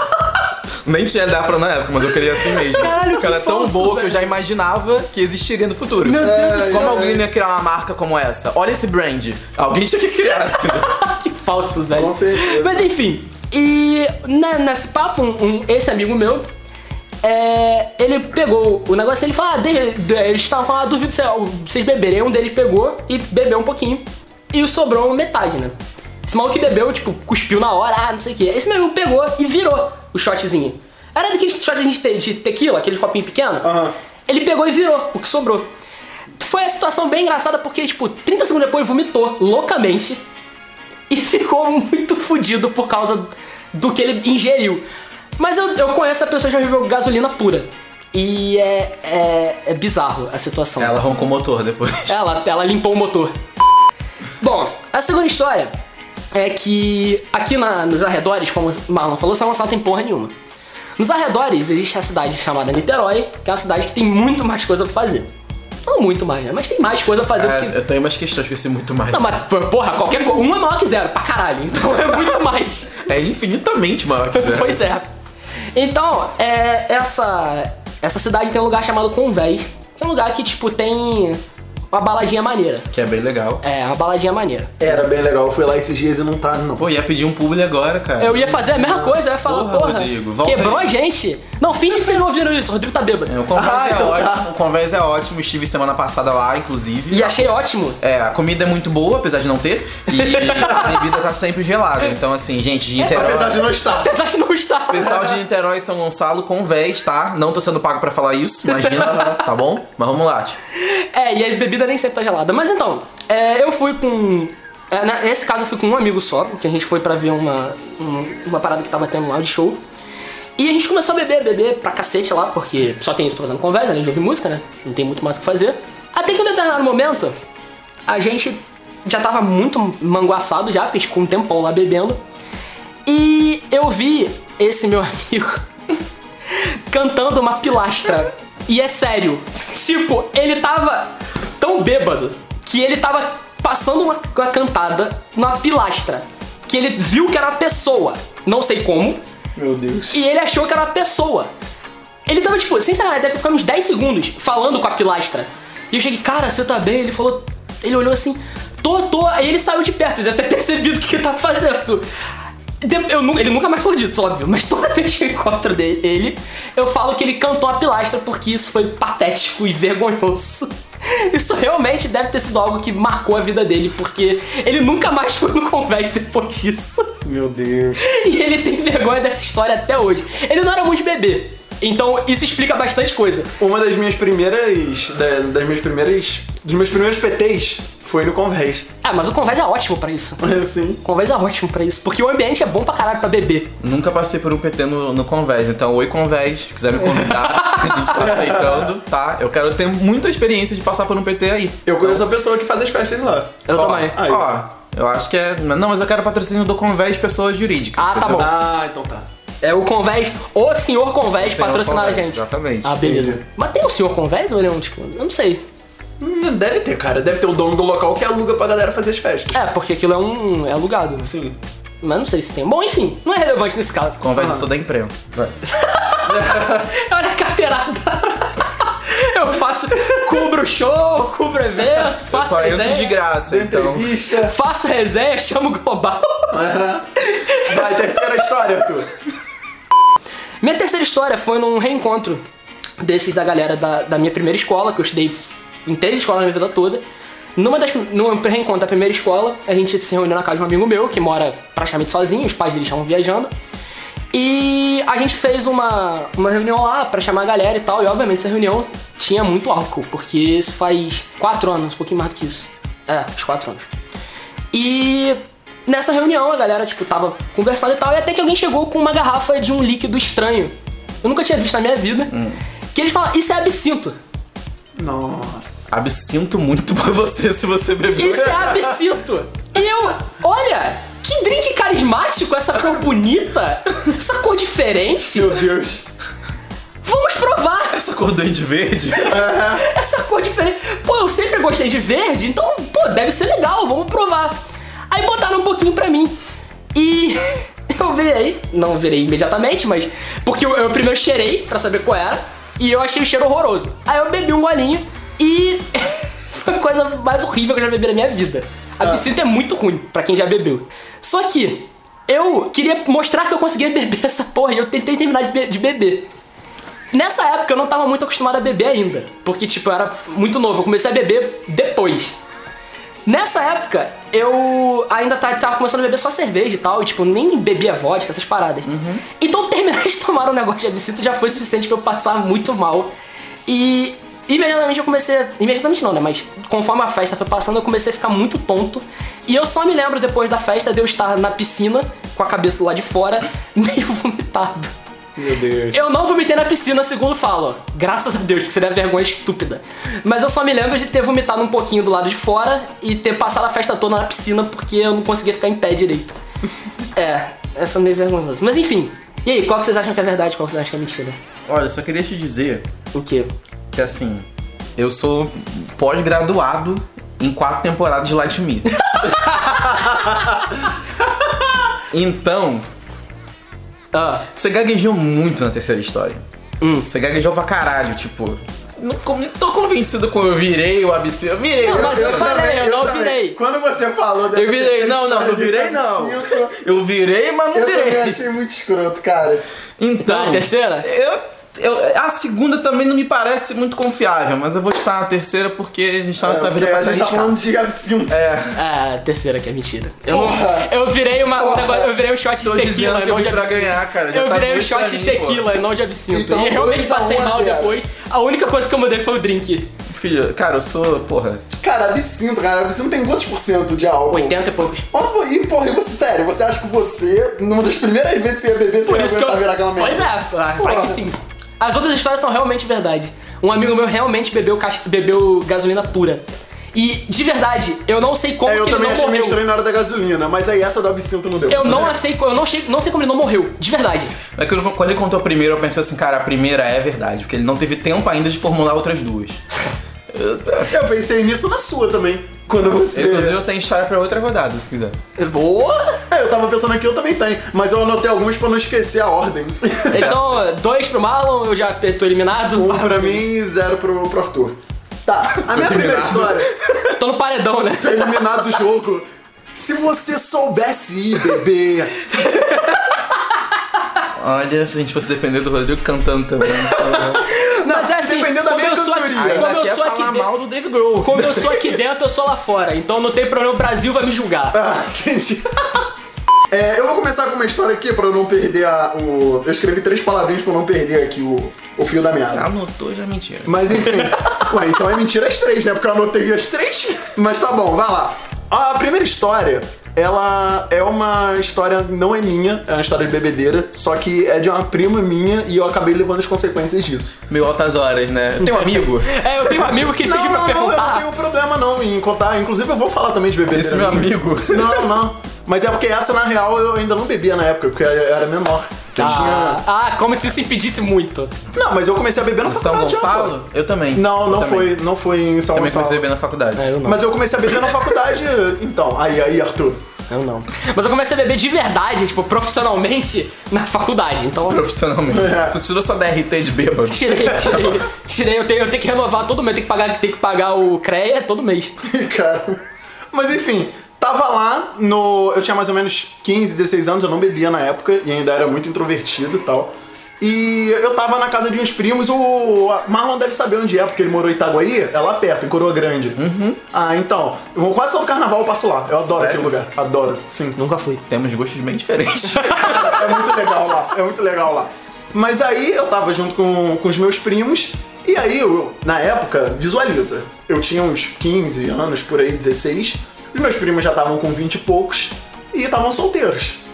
Nem tinha Dafra na época, mas eu queria assim mesmo.
Caralho, que
Porque ela é tão
falso,
boa que
velho.
eu já imaginava que existiria no futuro.
Meu Deus do céu,
Como alguém ia criar uma marca como essa? Olha esse brand. Alguém tinha que criar.
que falso, velho.
Com certeza.
Mas enfim, e né, nesse papo, um- um- esse amigo meu, é, ele pegou o negócio e ele falou, ah, deixa- de- eles estavam falando, ah, duvido se- vocês beberem. Um deles pegou e bebeu um pouquinho. E sobrou metade, né? Esse maluco que bebeu, tipo, cuspiu na hora, ah, não sei o que. Esse meu amigo pegou e virou o shotzinho. Era daqueles shotzinhos de, te- de tequila, aquele copinho pequeno.
Aham.
Ele pegou e virou o que sobrou. Foi a situação bem engraçada porque, tipo, 30 segundos depois vomitou loucamente e ficou muito fudido por causa do que ele ingeriu. Mas eu, eu conheço a pessoa que já bebeu gasolina pura. E é, é, é bizarro a situação.
Ela roncou o motor depois.
Ela, ela limpou o motor. Bom, a segunda história é que aqui na- nos arredores, como o Marlon falou, São Gonçalo tem porra nenhuma. Nos arredores existe a cidade chamada Niterói, que é uma cidade que tem muito mais coisa pra fazer. Não muito mais, né? Mas tem mais coisa pra fazer do que
É, eu tenho umas questões com esse muito mais.
não, mas por- porra, qualquer coisa. Um é maior que zero, pra caralho. Então é muito mais.
É infinitamente maior que zero.
pois é. Então, é, essa, essa cidade tem um lugar chamado Convés, que é um lugar que, tipo, tem uma baladinha maneira.
Que é bem legal.
É, uma baladinha maneira.
Era bem legal, eu fui lá esses dias e não tá, não.
Pô, ia pedir um publi agora, cara.
Eu ia fazer a mesma coisa, eu ia falar,
Ah, Porra,
porra,
Rodrigo, volta
quebrou
aí.
a gente. Não, finge que vocês não ouviram isso, o Rodrigo tá bêbado.
É, O Convés
Ah,
é
então tá.
ótimo. O Convés é ótimo. Estive semana passada lá, inclusive.
E achei ótimo.
É, a comida é muito boa, apesar de não ter. E a bebida tá sempre gelada. Então, assim, gente, de Niterói.
Apesar de não estar.
É, Apesar de não estar.
Pessoal de Niterói e São Gonçalo, Convés, tá? Não tô sendo pago pra falar isso, imagina, tá bom? Mas vamos lá. tio.
É, e a bebida nem sempre tá gelada. Mas então, é, eu fui com. é, na- nesse caso eu fui com um amigo só, que a gente foi pra ver uma, um- uma parada que tava tendo lá de show. E a gente começou a beber, beber pra cacete lá, porque só tem isso pra fazer no conversa, além de ouvir música, né? Não tem muito mais o que fazer. Até que em um determinado momento, a gente já tava muito manguaçado já, porque a gente ficou um tempão lá bebendo. E eu vi esse meu amigo cantando uma pilastra. E é sério. Tipo, ele tava tão bêbado que ele tava passando uma, uma cantada numa pilastra. Que ele viu que era uma pessoa. Não sei como.
Meu Deus.
E ele achou que era uma pessoa. Ele tava, tipo, sem sacanagem, deve ter ficado uns 10 segundos falando com a pilastra. E eu cheguei, cara, você tá bem? Ele falou. Ele olhou assim, tô, tô. Aí ele saiu de perto, ele deve ter percebido o que ele tava fazendo. De- eu nu- ele nunca mais falou disso, óbvio, mas toda vez que eu encontro de- ele, eu falo que ele cantou a pilastra porque isso foi patético e vergonhoso. Isso realmente deve ter sido algo que marcou a vida dele, porque ele nunca mais foi no convés depois disso.
Meu Deus.
E ele tem vergonha dessa história até hoje. Ele não era muito bebê. Então isso explica bastante coisa.
Uma das minhas primeiras. da- das minhas primeiras. Dos meus primeiros PTs foi no Convés.
Ah, mas o convés é ótimo pra isso.
Assim.
O convés é ótimo pra isso, porque o ambiente é bom pra caralho pra beber.
Nunca passei por um PT no, no Convés, então oi Convés, se quiser me convidar, a gente tá aceitando, tá? Eu quero ter muita experiência de passar por um PT aí.
Eu conheço a pessoa que faz as festas lá.
Eu
Ó,
também.
Aí.
Ó, eu acho que é... Não, mas eu quero patrocínio do Convés Pessoas Jurídicas.
Ah, tá
entendeu?
bom.
Ah, então tá.
É o convés, o senhor convés
Senhor
patrocinar a
Convés,
gente.
exatamente.
Ah, beleza.
Entendi.
Mas tem o senhor convés ou ele é um tipo. Eu não sei.
Hum, Deve ter, cara. Deve ter o dono do local que aluga pra galera fazer as festas.
É, porque aquilo é um. é alugado.
Sim.
Mas não sei se tem. Bom, enfim, não é relevante nesse caso.
Convés, eu sou da imprensa. Vai.
Olha a carteirada. Eu faço. cubro show, cubro evento,
Eu
faço
só entro
resenha.
de graça,
Tem
então...
entrevista.
Faço resenha, chamo global.
Vai, terceira história, Arthur.
Minha terceira história foi num reencontro desses da galera da, da minha primeira escola, que eu estudei em três escolas na minha vida toda. Numa das, num reencontro da primeira escola, a gente se reuniu na casa de um amigo meu, que mora praticamente sozinho, os pais dele estavam viajando. E a gente fez uma, uma reunião lá pra chamar a galera e tal, e obviamente essa reunião tinha muito álcool, porque isso faz quatro anos, um pouquinho mais do que isso. É, uns quatro anos. E nessa reunião a galera, tipo, tava conversando e tal, e até que alguém chegou com uma garrafa de um líquido estranho. Eu nunca tinha visto na minha vida. Que eles falam, isso é absinto.
Nossa.
Absinto muito pra você se você beber.
Isso é absinto. E eu, olha, que drink carismático, essa cor bonita, essa cor diferente.
Meu Deus.
Vamos provar
Essa cor doente verde...
essa cor diferente. Pô, eu sempre gostei de verde, então, pô, deve ser legal, vamos provar. Aí botaram um pouquinho pra mim. E Eu virei, não virei imediatamente, mas. Porque eu, eu primeiro cheirei pra saber qual era. E eu achei o cheiro horroroso. Aí eu bebi um golinho e. foi a coisa mais horrível que eu já bebi na minha vida. A absinto é muito ruim pra quem já bebeu. Só que eu queria mostrar que eu conseguia beber essa porra e eu tentei terminar de, be- de beber. Nessa época eu não tava muito acostumado a beber ainda. Porque, tipo, eu era muito novo. Eu comecei a beber depois. Nessa época, eu ainda ta- tava começando a beber só cerveja e tal, e, tipo, nem bebia vodka, essas paradas. Então terminar de tomar um negócio de absinto já foi suficiente pra eu passar muito mal. E imediatamente eu comecei. a- Imediatamente não, né? Mas conforme a festa foi passando, eu comecei a ficar muito tonto. E eu só me lembro depois da festa de eu estar na piscina, com a cabeça lá de fora, meio vomitado.
Meu Deus.
Eu não vomitei na piscina, segundo falo. Graças a Deus, que seria vergonha estúpida. Mas eu só me lembro de ter vomitado um pouquinho do lado de fora e ter passado a festa toda na piscina porque eu não conseguia ficar em pé direito. É, é, foi meio vergonhoso. Mas enfim. E aí, qual que vocês acham que é verdade? Qual que vocês acham que é mentira?
Olha, eu só queria te dizer
O quê?
que assim, eu sou pós-graduado em quatro temporadas de Light Me. então,
Ah,
você gaguejou muito na terceira história.
Hum.
Você gaguejou pra caralho, tipo. Não, con- não tô convencido quando eu virei o ABC. Eu virei.
Não, mas eu falei, eu não
também.
virei.
Quando você falou dessa
Eu virei,
terceira
não, não,
história
não
de
virei não.
Sabe Cinco,
Eu virei, mas não
Eu também
virei.
achei muito escroto, cara.
Então.
Não, a terceira?
Eu, eu- a segunda também não me parece muito confiável, mas eu vou estar na terceira porque a gente tá
É,
nessa
porque
vida pra
a
se
gente tá
arriscar.
falando de absinto.
é, a terceira que é mentira. Eu, não-
Porra!
eu virei uma, um
Porra!
negócio- eu virei um shot de
Tô
tequila,
dizendo que
não
eu
de
vim pra
absinto.
ganhar, cara. Já
eu
tá
virei um
dois pra
shot de
mim,
tequila, não de absinto.
Então,
e eu realmente
dois a
passei
um a
mal
zero.
depois. A única coisa que eu mudei foi o drink.
Filho, cara, eu sou, porra.
Cara, absinto, cara, absinto tem quantos por cento de álcool?
80 e poucos.
Oh, e porra, e você, sério, você acha que você, numa das primeiras vezes que você ia beber, você
Por
ia
isso que
aguentar
eu...
virar Tá aquela merda?
Pois é, vai
Porra.
que sim. As outras histórias são realmente verdade. Um amigo meu realmente bebeu, caixa- bebeu gasolina pura. E, de verdade, eu não sei como
É, eu
que ele
também
não
achei meio
morreu.
estranho na hora da gasolina, mas aí essa do absinto não deu.
Eu não sei, eu não sei, não sei como ele não morreu, de verdade.
É que eu- quando ele contou a primeira, eu pensei assim, cara, a primeira é verdade, porque ele não teve tempo ainda de formular outras duas.
Eu pensei nisso na sua também. Quando você.
Inclusive, eu tenho história pra outra rodada, se quiser.
Boa!
É, eu tava pensando aqui, eu também tenho. Mas eu anotei alguns pra não esquecer a ordem.
Então, dois pro Marlon, eu já tô eliminado.
Um pra mim e zero pro, pro Arthur. Tá, a minha primeira
eliminado.
história.
Tô no paredão, né?
Tô eliminado do jogo. Se você soubesse ir, bebê.
Olha, se a gente fosse depender do Rodrigo cantando também.
Não,
Mas é assim,
dependendo da
como
minha
eu sou
cantoria.
aqui-
Ainda
eu
quer
sou aqui
falar
dentro-
mal do Dave Grohl.
Como eu sou aqui dentro, eu sou lá fora. Então não tem problema, o Brasil vai me julgar.
Ah, entendi. É, eu vou começar com uma história aqui pra eu não perder a, o. Eu escrevi três palavrinhas pra eu não perder aqui o, o fio da meada.
Anotou já é mentira.
Mas enfim. Ué, então é mentira as três, né? Porque eu anotei as três. Mas tá bom, vai lá. A primeira história, ela é uma história, não é minha, é uma história de bebedeira, só que é de uma prima minha e eu acabei levando as consequências disso.
Meu altas horas, né? Eu tenho um amigo.
É, eu tenho um amigo que
Não,
pediu pra
não, não, eu não
perguntar.
tenho problema não em contar. Inclusive eu vou falar também de bebedeira.
Esse meu
minha.
amigo.
Não, não. Mas é porque essa, na real, eu ainda não bebia na época, porque eu era menor. Eu tinha...
Ah, ah, como se isso impedisse muito.
Não, mas eu comecei a beber na
São
faculdade. já, pô.
Gonçalo? Eu também.
Não,
Eu
não
também.
foi, não foi em São
Também comecei a
Gonçalo.
beber na faculdade.
É, eu não.
Mas eu comecei a beber na faculdade, então. Aí, aí, Arthur.
Eu não. Mas eu comecei a beber de verdade, tipo, profissionalmente, na faculdade. Então, eu
Profissionalmente. Tu tirou sua DRT de bêbado.
tirei, tirei, tirei. Eu tenho, eu tenho que renovar todo mês, eu tenho que pagar, tenho que pagar o CREA todo mês.
Cara. Mas enfim, tava lá no. Eu tinha mais ou menos 15, 16 anos, eu não bebia na época e ainda era muito introvertido e tal. E eu tava na casa de uns primos, o Marlon deve saber onde é, porque ele morou em Itaguaí, é lá perto, em Coroa Grande. Uhum. Ah, então, eu vou quase todo carnaval eu passo lá. Eu adoro
Sério?
aquele lugar, adoro, sim.
Nunca fui.
Temos gostos bem diferentes.
É muito legal lá, é muito legal lá. Mas aí eu tava junto com, com os meus primos, e aí eu, na época, visualiza. Eu tinha uns 15 anos, por aí, 16. Os meus primos já estavam com 20 e poucos e estavam solteiros.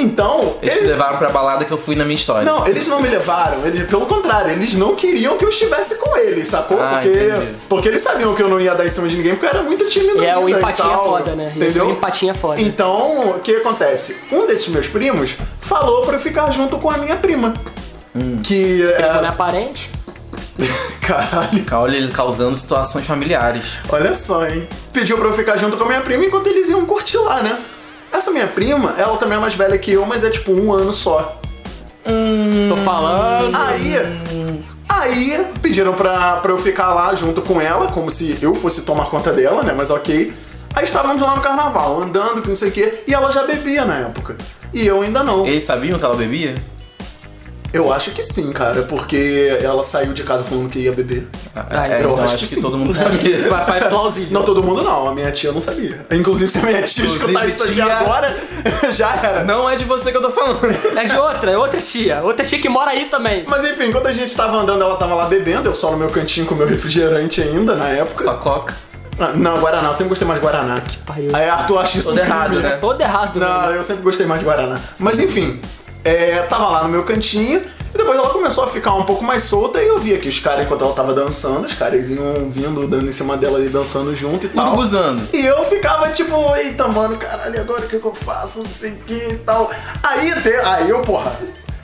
Então,
Eles te
ele-
levaram pra balada que eu fui na minha história.
não, eles não me levaram, eles, pelo contrário, eles não queriam que eu estivesse com eles, sacou?
Ah,
porque,
entendi.
porque eles sabiam que eu não ia dar em cima de ninguém, porque eu era muito tímido.
E é o
ainda
empatinha
tal,
foda, né? Esse é o empatinha foda.
Então, o que acontece? Um desses meus primos falou pra eu ficar junto com a minha prima. Que
Quando é
é.
aparente.
Caralho,
Olha ele causando situações familiares.
olha só, hein? Pediu pra eu ficar junto com a minha prima enquanto eles iam curtir lá, né? Essa minha prima, ela também é mais velha que eu, mas é tipo um ano só.
Tô falando.
Aí. Aí pediram pra, pra eu ficar lá junto com ela, como se eu fosse tomar conta dela, né? Mas ok. Aí estávamos lá no carnaval, andando, que não sei o quê, e ela já bebia na época. E eu ainda não.
Eles sabiam que ela bebia?
Eu acho que sim, cara, porque ela saiu de casa falando que ia beber.
Ah,
é,
eu
então
acho
acho
que
que,
sim.
todo mundo sabia.
Vai, vai plausível.
Hum. Não todo mundo não, a minha tia não sabia. Inclusive, se a minha tia
Inclusive,
escutar isso aqui
tia-
agora, já era.
Não é de você que eu tô falando.
É de outra, é outra tia. Outra tia que mora aí também.
Mas enfim, quando a gente tava andando, ela tava lá bebendo, eu só no meu cantinho com meu refrigerante ainda, na época.
Sua coca.
Ah, Não, Guaraná, eu sempre gostei mais de Guaraná. Que
pariu.
Aí Arthur acha isso
Todo
um
errado,
crime.
né?
Todo errado,
Não,
velho.
eu sempre gostei mais de Guaraná. Mas enfim, é, tava lá no meu cantinho. E depois ela começou a ficar um pouco mais solta e eu via que os caras, enquanto ela tava dançando, os caras iam vindo, dando em cima dela e dançando junto e tal.
Urubuzando.
E eu ficava tipo, eita, mano, caralho, agora o que, que eu faço? Não sei o que e tal. Aí, te... aí eu, porra,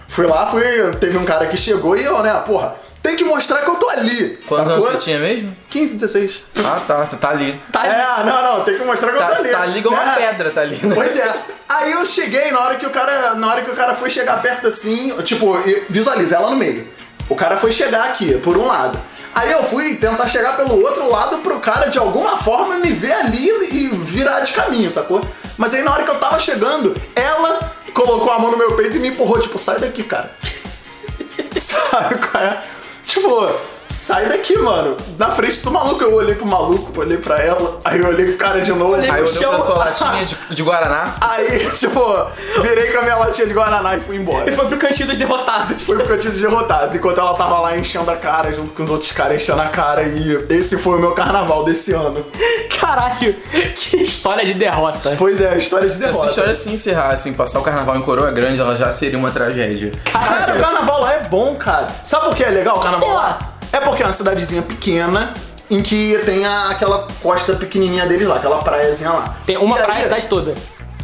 fui lá, fui, teve um cara que chegou e eu, né, porra, tem que mostrar que eu tô ali.
Quantos anos
sacou?
você tinha mesmo?
15, 16.
Ah, tá. Você tá ali.
Tá,
É, não, não, tem que mostrar que eu
Tá,
tô ali.
tá ali igual uma
né?
pedra, tá ali. Né?
Pois é. Aí eu cheguei na hora que o cara, na hora que o cara foi chegar perto assim, tipo, e- visualiza ela no meio. O cara foi chegar aqui, por um lado. Aí eu fui tentar chegar pelo outro lado pro cara de alguma forma me ver ali e virar de caminho, sacou? Mas aí na hora que eu tava chegando, ela colocou a mão no meu peito e me empurrou, tipo, sai daqui, cara. Sabe qual é? Tipo, sai daqui, mano. Na frente do maluco, eu olhei pro maluco, olhei pra ela, aí eu olhei pro cara de novo.
Olhei
Aí
pro
olhou pra
chão.
sua latinha de, de Guaraná.
Aí, tipo, virei com a minha latinha de Guaraná e fui embora.
E foi pro cantinho dos derrotados.
Foi porque eu tinha derrotados, enquanto ela tava lá enchendo a cara, junto com os outros caras enchendo a cara, e esse foi o meu carnaval desse ano.
Caralho, que história de derrota.
Pois é, história de
Se a sua
derrota.
história se encerrar, assim, passar o carnaval em Coroa Grande, ela já seria uma tragédia.
Cara, o carnaval lá é bom, cara. Sabe por que é legal o carnaval lá? É porque é uma cidadezinha pequena, em que tem a- aquela costa pequenininha dele lá, aquela praiazinha lá.
Tem uma
E aí-
praia a cidade toda.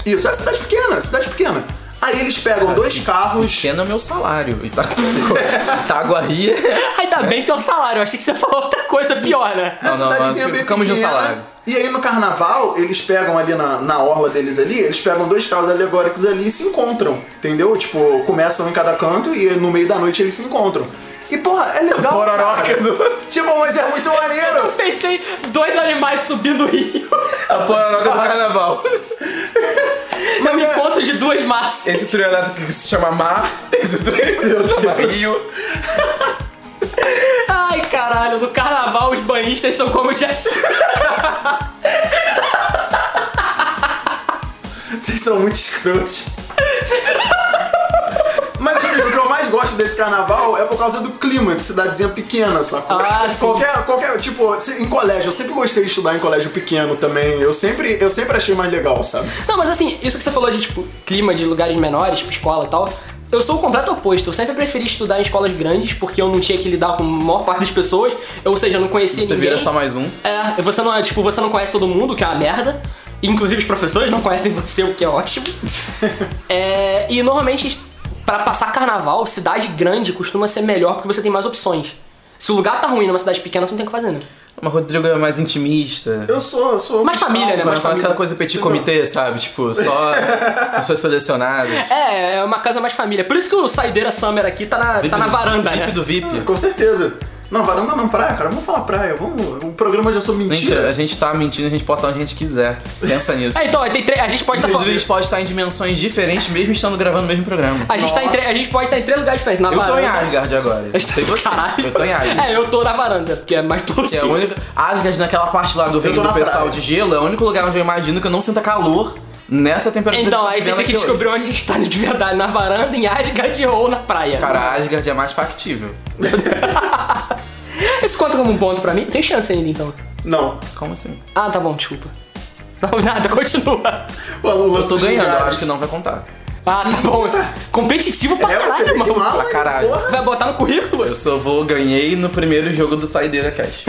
Isso, é cidade pequena, cidade pequena. Aí eles pegam dois carros...
Pequeno é meu salário. Ita- Itaguari é
Ainda bem que é o salário, eu achei que você falou outra coisa pior, né?
É
Não, não,
cidadezinha
mas
bem
ficamos no
pequena.
salário.
E aí no carnaval, eles pegam ali na, na orla deles ali, eles pegam dois carros alegóricos ali e se encontram, entendeu? Tipo, começam em cada canto e no meio da noite eles se encontram. E porra, é legal.
Pororoca
cara.
do-
Tipo, mas é muito maneiro.
Eu pensei, dois animais subindo o rio.
a pororoca do carnaval.
É um
Mas é,
encontro de duas massas.
Esse trio elétrico que se chama Mar, esse trio que se chama Rio.
Ai, caralho, no carnaval os banhistas são como gestos.
vocês são muito escrotos. Mas enfim, o que eu mais gosto desse carnaval é por causa do clima de cidadezinha pequena, sacou?
Ah, sim.
Qualquer, qualquer, tipo, se- em colégio, eu sempre gostei de estudar em colégio pequeno também. Eu sempre, eu sempre achei mais legal, sabe?
Não, mas assim, isso que você falou de, tipo, clima de lugares menores, tipo, escola e tal. Eu sou o completo oposto. Eu sempre preferi estudar em escolas grandes porque eu não tinha que lidar com a maior parte das pessoas. Ou seja, eu não conhecia
Você
ninguém.
vira só mais um.
É, você não é, tipo, você não conhece todo mundo, que é uma merda. Inclusive os professores não conhecem você, o que é ótimo. É, e normalmente, pra passar carnaval, cidade grande costuma ser melhor porque você tem mais opções. Se o lugar tá ruim numa cidade pequena, você não tem o que fazer, né?
Mas Rodrigo é mais intimista.
Eu sou, eu sou.
Mais família, né?
Mas
Mais
fala
família.
aquela coisa petit comitê, sabe? Tipo, só pessoas selecionadas.
É, é uma casa mais família. Por isso que o Saideira Summer aqui tá na, tá na varanda,
VIP
né?
do VIP.
Com certeza. Não, varanda não, praia, cara. Vamos falar praia. Vamos. O programa já sou
Mentira, a
mentira.
gente tá mentindo, a gente pode estar onde a gente quiser. Pensa nisso.
É, então, tem tre- a gente pode estar
Inclusive, a
falando.
gente pode estar em dimensões diferentes, mesmo estando gravando o mesmo programa.
A gente, tá em tre- a gente pode estar em três lugares diferentes. Na
Eu tô em
varanda.
Asgard agora.
A
Não
gente
sei
tá-
você.
Caralho.
Eu tô em Asgard.
É, eu tô na varanda, porque é mais
Que é a
possível.
única... Asgard, naquela parte lá do reino
tô
do
na
pessoal
praia.
de gelo, é o único lugar onde eu imagino que eu não sinta calor nessa temperatura
Então,
que
aí
vocês
vocês têm que descobrir onde a gente tá de verdade, na varanda, em Asgard ou na praia.
Cara, Asgard é mais factível.
Isso conta como um ponto pra mim? Tem chance ainda, então.
Não.
Como assim?
Ah, tá bom, desculpa. Não, nada, continua.
Eu tô ganhando, eu acho que não vai contar.
Ah, tá bom. Competitivo pra
É, você
caralho,
vê que
mano.
mala,
pra caralho.
porra.
Vai botar no currículo?
Eu só vou, ganhei no primeiro jogo do Saideira Cash.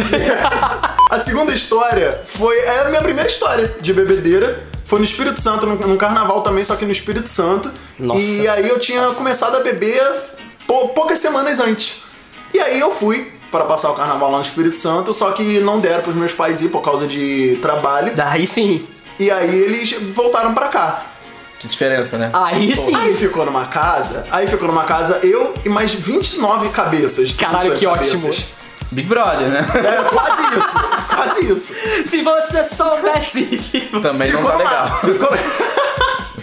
A segunda história foi. É a minha primeira história de bebedeira. Foi no Espírito Santo, num, num carnaval também, só que no Espírito Santo.
Nossa.
E aí eu tinha começado a beber pou- poucas semanas antes. E aí eu fui pra passar o carnaval lá no Espírito Santo, só que não deram pros meus pais ir por causa de trabalho.
Daí sim.
E aí eles voltaram pra cá.
Que diferença, né?
Aí sim.
Aí ficou numa casa, aí ficou numa casa eu e mais 29 cabeças. 30
Caralho, que
cabeças.
ótimo.
Big Brother, né?
É, quase isso, quase isso.
Se você soubesse. que você-
Também não
Ficou
tá
numa-
legal.
ficou-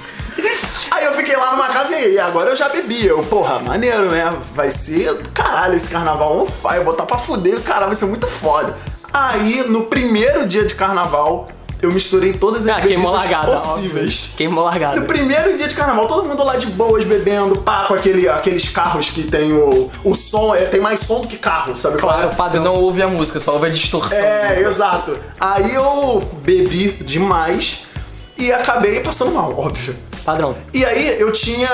Aí eu fiquei lá numa casa e agora eu já bebi. Eu, porra, maneiro, né? Vai ser do caralho esse carnaval on fire, botar pra fuder, cara, vai ser muito foda. Aí, no primeiro dia de carnaval, eu misturei todas as
Ah, queimou
bebidas
largada. óbvio.
possíveis.
Queimou
No
largada.
primeiro dia de carnaval, todo mundo lá de boas, bebendo, pá, com aquele, aqueles carros que tem o, o som, é, tem mais som do que carro, sabe? qual
Claro,
é?
Você
padrão.
não ouve a música, só ouve a distorção.
É, exato. Aí eu bebi demais e acabei passando mal, óbvio.
Padrão.
E aí eu tinha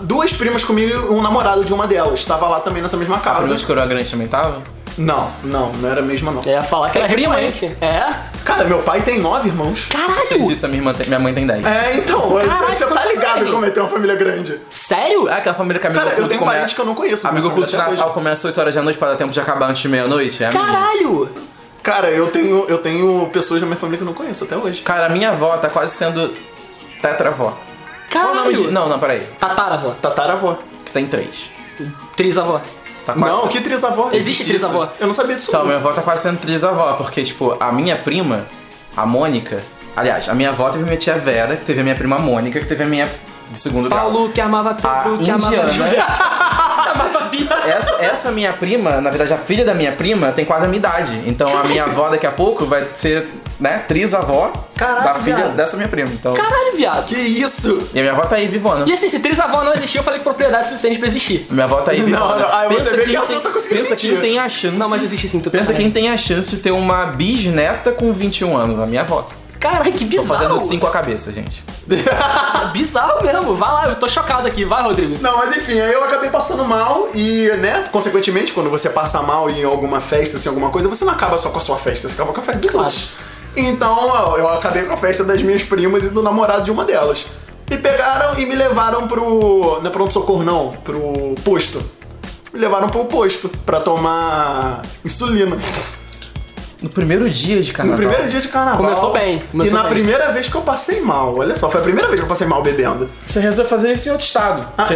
duas primas comigo e um namorado de uma delas. Tava lá também nessa mesma
A
casa.
Bruno de Coroa Grande também tava?
Não, não, não era a mesma não.
Eu ia falar que era reprimante. É?
Cara, meu pai tem nove irmãos.
Você disse, a minha, irmã tem- minha mãe tem 10.
É, então,
Caralho,
você tá
quantos
ligado
tem?
como é ter uma família grande.
Sério?
Ah, aquela família que amigo
Cara, eu
oculto
tenho
come-
parente que eu não conheço,
Amigo
minha
oculto de
família até
Natal
hoje.
começa 8 horas da noite para dar tempo de acabar antes de meia-noite. É amigo.
Caralho!
Cara, eu tenho, eu tenho pessoas na minha família que eu não conheço até hoje.
Cara, a minha avó tá quase sendo tetravó. Qual o nome de...
Caralho!
Não, não, peraí.
Tataravó.
Tataravó.
Que tem três.
Trisavó.
Tá quase
Não, que trisavó.
Existe
isso.
trisavó.
Eu não sabia disso.
Então,
não.
minha avó tá quase sendo trisavó, porque, tipo, a minha prima, a Mônica... Aliás, a minha avó teve minha tia Vera, que teve a minha prima Mônica, que teve a minha... De segundo grau.
Paulo que amava
A
Pedro, Tá que amava Júlio,
Ah, indiana... né?
que amava Bia.
Essa, essa minha prima, na verdade a filha da minha prima, tem quase a minha idade. Então a minha avó daqui a pouco vai ser, né, trisavó
Caraca,
da filha
viado.
dessa minha prima. Então.
Caralho, viado.
Que isso?
E a minha avó tá aí vivona.
E assim, se trisavó não existia, eu falei que propriedade suficiente pra existir.
Minha avó tá aí vivona.
não, aí você
Pensa
vê
quem
que ela
tem-
tá conseguindo
Pensa
mentir.
quem tem a chance.
Não, mas existe sim, tu
Pensa
sacanagem.
quem tem a chance de ter uma bisneta com 21 anos, a minha avó.
Caralho, que
Tô
bizarro. tá
fazendo cinco a cabeça, gente.
Bizarro mesmo. Vai lá, eu tô chocado aqui. Vai, Rodrigo.
Não, mas enfim, aí eu acabei passando mal e, né, consequentemente, quando você passa mal em alguma festa, assim, alguma coisa, você não acaba só com a sua festa, você acaba com a festa dos
Claro.
outros. Então, eu, eu acabei com a festa das minhas primas e do namorado de uma delas. E pegaram e me levaram pro. Não é pronto-socorro, não, pro posto. Me levaram pro posto pra tomar insulina.
No primeiro dia de
No
carnaval.
primeiro dia de carnaval.
Começou bem, começou
e na
bem.
primeira vez que eu passei mal, olha só, foi a primeira vez que eu passei mal bebendo.
Você resolve fazer isso em outro estado.
Ah,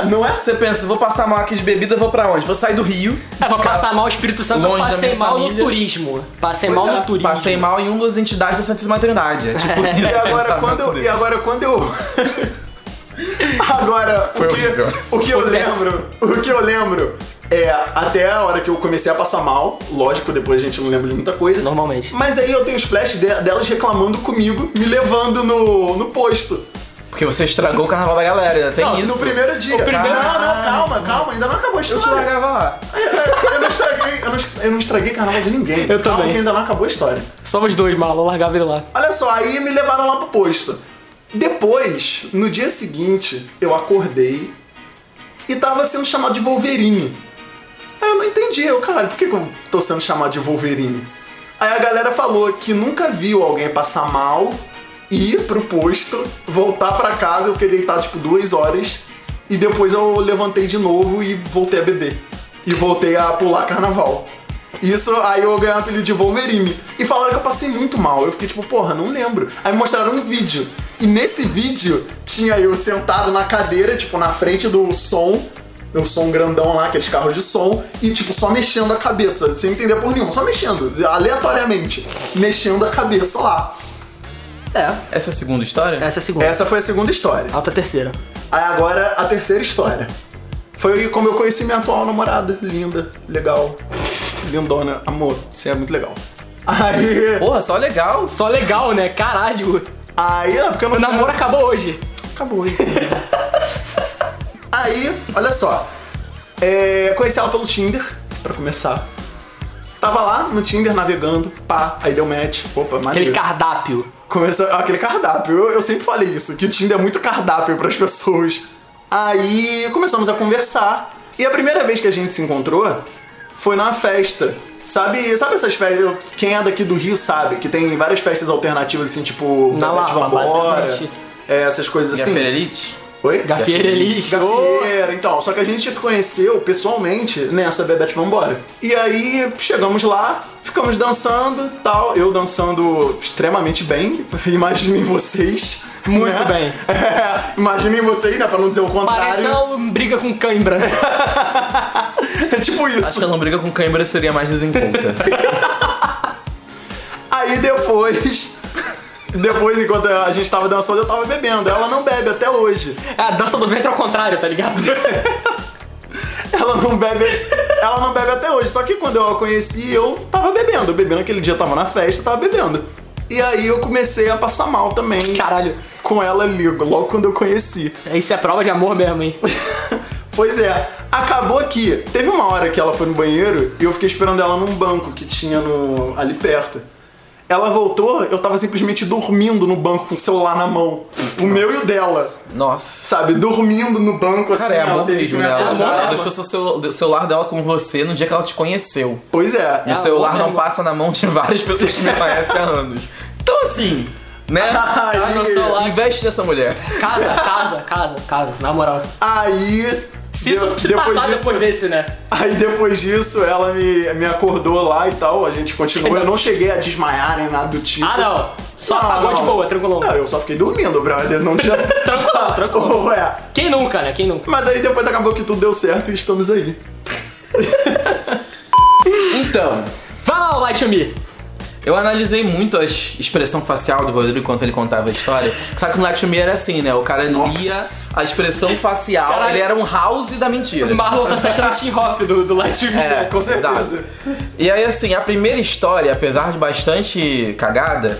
ah, não é?
Você pensa, vou passar mal aqui de bebida, vou pra onde? Vou sair do Rio.
É,
Eu vou passar mal o Espírito Santo, eu
longe da
passei
minha
mal no
família.
turismo. Passei mal
é,
no turismo.
Passei mal em uma das entidades da Santíssima Trindade. É tipo isso.
E agora
pensamento
quando eu,
dele.
e agora quando eu Agora o
horrível.
que, o que eu lembro, o que eu lembro é até a hora que eu comecei a passar mal, lógico, depois a gente não lembra de muita coisa.
Normalmente.
Mas aí eu tenho os flashes de- delas reclamando comigo, me levando no, no posto.
Porque você estragou o carnaval da galera, tem
Não,
isso.
No primeiro dia.
primeiro-
Não, não, calma, calma, ainda não acabou a
Eu te
história.
largava lá.
Eu não estraguei, eu não, est- eu não estraguei carnaval de ninguém.
Eu
Calma
também.
que ainda não acabou a história.
Somos dois, mal. Eu largava ele lá.
Olha só, aí me levaram lá pro posto. Depois, no dia seguinte, eu acordei e tava sendo chamado de Wolverine. Aí eu não entendi, eu, caralho, por que, que eu tô sendo chamado de Wolverine? Aí a galera falou que nunca viu alguém passar mal, ir pro posto, voltar pra casa, eu fiquei deitado tipo duas horas, e depois eu levantei de novo e voltei a beber. E voltei a pular carnaval. Isso, aí eu ganhei o apelido de Wolverine. E falaram que eu passei muito mal. Eu fiquei tipo, porra, não lembro. Aí me mostraram um vídeo. E nesse vídeo tinha eu sentado na cadeira, tipo, na frente do som, o som grandão lá, aqueles carros de som, e tipo, só mexendo a cabeça, sem entender por nenhum, só mexendo, aleatoriamente, mexendo a cabeça lá.
É,
Essa é a segunda história?
essa é a segunda.
Essa foi a segunda história.
Alta terceira.
Aí agora a terceira história. Foi como eu conheci minha atual namorada, linda, legal, lindona, amor, você é muito legal. Aí.
Porra, só legal.
Só legal, né? Caralho.
Aí, é porque eu não.
O namoro acabou hoje.
acabou. hein? Aí, olha só. É, conheci ela pelo Tinder, pra começar. Tava lá no Tinder navegando, pá, aí deu match. Opa,
Aquele
maneiro.
cardápio.
Começou aquele cardápio. Eu, eu sempre falei isso, que o Tinder é muito cardápio pras pessoas. Aí começamos a conversar. E a primeira vez que a gente se encontrou foi numa festa. Sabe, sabe essas festas? Quem é daqui do Rio sabe que tem várias festas alternativas assim, tipo
Na
Bodas
Lapa,
Vambora,
basicamente.
é, essas coisas
E a
assim.
Ferelite?
Oi?
Gafieira Elis.
Gafieira, então. Só que a gente se conheceu pessoalmente nessa Bebete Vambora. E aí chegamos lá, ficamos dançando tal. Eu dançando extremamente bem, imaginem vocês.
Muito
né?
bem.
É, imaginem vocês, né? Pra não dizer o
Parece
contrário.
uma briga com cãibra.
É tipo
Acho
isso.
que a lombriga com cãibra seria mais desencontra.
Aí depois. Depois, enquanto a gente tava dançando, eu tava bebendo. Ela não bebe até hoje.
É a dança do ventre ao contrário, tá ligado?
Ela não bebe. Ela não bebe até hoje. Só que quando eu a conheci, eu tava bebendo. Bebendo aquele dia, eu tava na festa, tava bebendo. E aí eu comecei a passar mal também.
Caralho.
Com ela ali, logo quando eu conheci.
Isso é prova de amor mesmo, hein?
Pois é, acabou que teve uma hora que ela foi no banheiro e eu fiquei esperando ela num banco que tinha no, ali perto. Ela voltou, eu tava simplesmente dormindo no banco com o celular na mão. O meu e o dela.
Nossa.
Sabe, dormindo no banco assim,
Cara, é
ela
amor
teve que
mesmo,
me
né? Ela,
amor
ela
mesmo.
deixou seu celu- o celular dela com você no dia que ela te conheceu.
Pois é.
E o
amor
celular não
mesmo.
passa na mão de várias pessoas que me conhecem há anos. Então assim, né?
Aí-
meu celular.
Investe nessa mulher.
Casa, casa, casa, casa, na moral.
Aí.
Se
de-
isso se passar depois desse, né?
Aí depois disso, ela me, me acordou lá e tal, a gente continuou. Eu não cheguei a desmaiar nem nada do tipo.
Ah, não. Só
Não,
apagou de
não.
boa, tranquilão.
Não, eu só fiquei dormindo, brother. Não tinha.
Tranquilão, tranquilão.
Ué.
Quem nunca, né? Quem nunca?
Mas aí depois acabou que tudo deu certo e estamos aí.
Então,
Vai lá, Light Me.
Eu analisei muito a ex- expressão facial do Rodrigo enquanto ele contava a história. Sabe que no Latime era assim, né? O cara
Nossa.
lia a expressão facial,
Caralho.
ele era um house da mentira.
Marlon tá se achando Tim Hoff do, do Light Me.
É,
com certeza.
exato. E aí, assim, a primeira história, apesar de bastante cagada,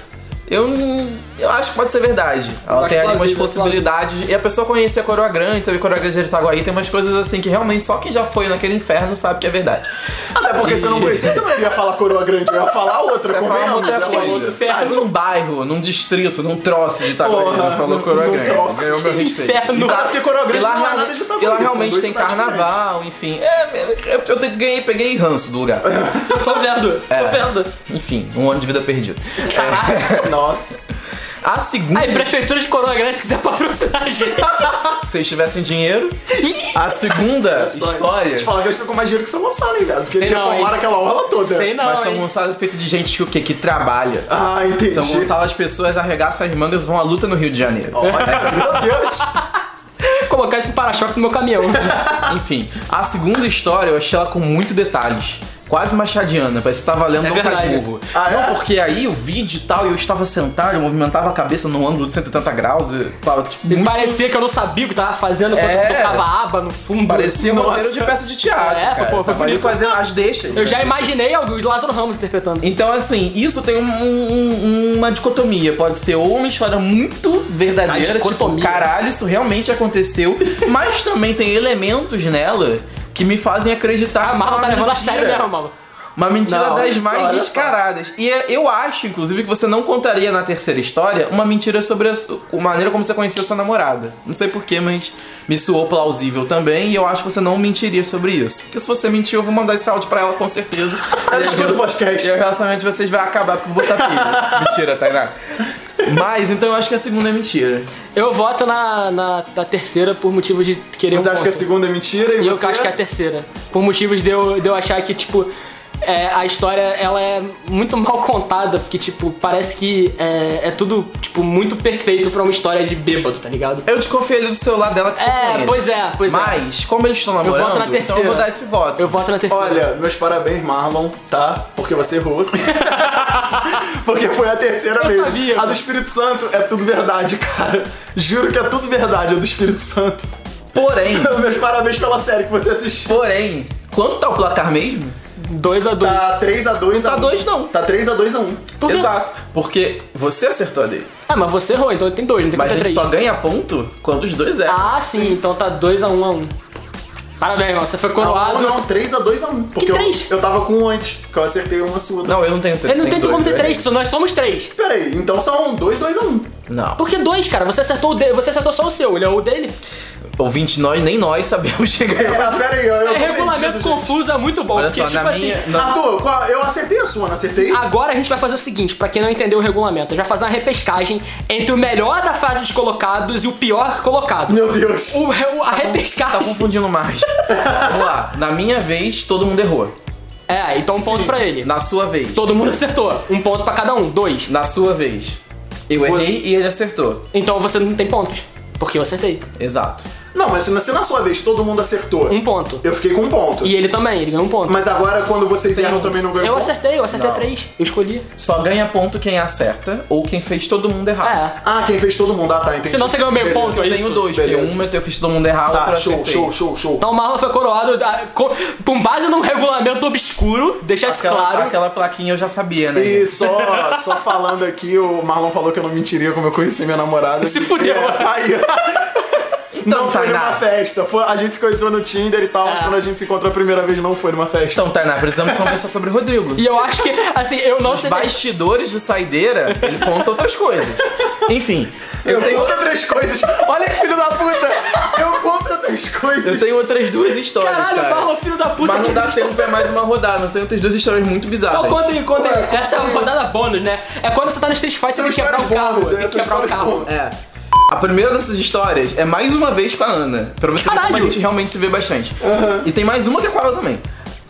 eu não- eu acho que pode ser verdade. Ela
acho
tem ali umas
plausível,
possibilidades. E a pessoa conhecer a Coroa Grande, saber Coroa Grande de Itaguaí, tem umas coisas assim que realmente só quem já foi naquele inferno sabe que é verdade.
Até porque se eu não conhecia, você não ia falar coroa grande, eu ia falar outra,
Vai falar
convenhamos. né,
outra
é ela
coisa.
outra
Ah,
cidade.
num bairro, num distrito, num troço de Itaguaí.
Porra,
ela falou
num-
Coroa
num
Grande.
troço
Ganhou meu
de
respeito.
inferno.
E
Até porque Coroa Grande
e lá
não é
real-
nada de Itaguaí,
E lá
são
realmente
duas
tem
cidades
carnaval, enfim. É, eu, eu ganhei, peguei ranço do lugar.
Tô vendo, tô
É.
vendo.
enfim, um ano de vida perdido.
É.
Caralho.
Nossa.
A segunda,
Aí, prefeitura de Coroa Grande, se quiser patrocinar a gente.
se vocês tivessem dinheiro. A segunda
Só-
história.
Te falar que eu estou com mais dinheiro que São Gonçalo, hein, velho? Porque
Sei
eles
não,
reformaram
hein?
aquela orla toda.
Sei não,
Mas São
hein?
Gonçalo é feito de gente que o quê? Que trabalha.
Ah, entendi.
São Gonçalo, as pessoas arregaçam as mangas e vão à luta no Rio de Janeiro.
Olha, meu Deus.
Colocar esse para-choque no meu caminhão.
Enfim, a segunda história eu achei ela com muito detalhes. Quase machadiana, parece que tava lendo
É
um
verdade.
cachorro.
Ah,
não,
é?
porque aí o vídeo e tal, eu estava sentado, eu movimentava a cabeça num ângulo de 180 graus e tava tipo.
E
muito-
parecia que eu não sabia o que tava fazendo quando
É.
eu tocava a aba no fundo.
Parecia um
Nossa.
roteiro de peça de teatro.
É, foi-
cara.
pô, foi
Tava ali
bonito.
fazendo as deixas.
Eu já imaginei o Lázaro Ramos interpretando.
Então, assim, isso tem um- um- uma dicotomia. Pode ser ou uma história muito
A
Tá,
verdadeira, tipo,
dicotomia.
caralho, isso realmente aconteceu. mas também tem elementos nela que me fazem acreditar
A
que isso é
Marlon
uma
tá levando a
mentira.
sério mesmo, Marlon.
Uma mentira
Não,
das
olha só,
mais
olha só.
descaradas. E é- eu acho, inclusive, que você não contaria na terceira história uma mentira sobre a, su- a maneira como você conheceu sua namorada. Não sei porquê, mas me soou plausível também. E eu acho que você não mentiria sobre isso. Porque se você mentiu, eu vou mandar esse áudio pra ela com certeza.
Ela escuta o
E o
podcast.
relacionamento de vocês vai acabar porque eu vou botar pilha. mentira, Tainá. Mas, então eu acho que a segunda é mentira.
Eu voto na, na, na terceira por motivo de querer
Você
um
acha que a
ponto.
segunda é mentira e
E eu
você...
acho que é a terceira. Por motivos de eu, de eu achar que, tipo, é, a história ela é muito mal contada, porque, tipo, parece que é, é tudo, tipo, muito perfeito pra uma história de bêbado, tá ligado?
Eu desconfiei do celular dela que foi com
É,
ele.
pois é, pois é.
Mas, como eles estão namorando,
voto na
então eu
terceira.
vou dar esse voto.
Eu voto na terceira.
Olha, meus parabéns, Marlon, tá? Porque você errou. Porque foi a terceira
Eu
mesmo.
sabia,
a
cara.
do Espírito Santo é tudo verdade, cara. Juro que é tudo verdade, a do Espírito Santo.
Porém,
Meus parabéns pela série que você assistiu.
Porém, quanto tá o placar mesmo?
2 a 2
Tá 3x2 a
Tá
1.
dois não.
Tá 3x2 a 1.
Por quê?
Exato. Porque você acertou a dele.
Ah, mas você errou, então tem dois, não tem
Mas a
conta
gente
três.
só ganha ponto quando os dois erram.
Ah, sim, então tá 2 a 1 a 1 Parabéns, irmão, você foi
Não,
coroado.
não, 3x2 a 1. Porque eu-
três?
Eu, tava com um antes, que eu acertei uma sua.
Não, eu não tenho três.
Ele não tem
dois, é
como ter
eu errei.
três, só nós somos três.
Peraí, então são 2x2 a 1.
Não. Então,
Por que dois, cara? Você acertou, o de... você acertou só o seu, ele é o dele.
ouvinte, nós, nem nós sabemos chegar.
É, pera aí, eu, eu
É
tô
regulamento
perdido,
confuso, é muito bom.
Olha
porque,
só,
tipo
na
assim,
minha.
gente.
na-
Arthur, qual- eu acertei a sua, não acertei?
Agora a gente vai fazer o seguinte, pra quem não entendeu o regulamento, a gente vai fazer uma repescagem entre o melhor da fase dos colocados e o pior colocado.
Meu Deus.
O, o- a
Tá
repescagem.
confundindo mais. Vamos lá. Na minha vez, todo mundo errou.
É, então um ponto pra ele.
Na sua vez.
Todo mundo acertou. Um ponto pra cada um. Dois.
Na sua vez. Eu
Foi.
errei e ele acertou.
Então você não tem pontos. Porque eu acertei.
Exato.
Não, mas se na, se na sua vez todo mundo acertou,
Um ponto.
eu fiquei com um ponto.
E ele também, ele ganhou um ponto.
Mas agora quando vocês erram também não ganham
Eu
ponto?
acertei, eu acertei
Não.
três. Eu escolhi.
Só ganha ponto quem acerta ou quem fez todo mundo errar.
É.
Ah, quem fez todo mundo. Ah, tá, entendi.
Senão você ganhou meio
Beleza.
ponto,
Eu
é
tenho
isso.
dois, porque
beleza.
uma eu fiz todo mundo errar, outra
Tá,
eu
show,
acertei.
show, show, show.
Então o Marlon foi coroado ah, com, com base num regulamento obscuro, deixa isso
Aquela,
claro.
aquela plaquinha eu já sabia, né?
E só, só falando aqui, o Marlon falou que eu não mentiria como eu conheci minha namorada.
Se fudeu.
É, tá aí. não foi
Tainá.
numa festa. Foi, a gente se conheceu no Tinder e tal, mas
Ah.
quando a gente se encontrou a primeira vez, não foi numa festa.
Então, Tainá, precisamos conversar sobre o Rodrigo.
E eu acho que, assim, eu não
Os
sei.
bastidores do Saideira, ele conta outras coisas. Enfim, eu tenho,
conto outras coisas. Olha que filho da puta! Eu conto outras coisas.
eu tenho outras duas histórias.
Caralho,
cara.
Marlon, filho da puta.
Mas
que-
não dá tempo pra mais uma rodada, mas tem outras duas histórias muito bizarras.
Então conta aí, conta aí.
Ué,
Essa é a rodada bônus, né? É quando você tá no Street Fighter você tem
São
que quebrar o
histórias
carro.
bônus,
Tem que
essas
quebrar o
histórias
carro.
bônus.
É. A primeira dessas histórias é mais uma vez com a Ana. Pra você ver como a
Caralho!
gente realmente se vê bastante. E tem mais uma que é com ela também.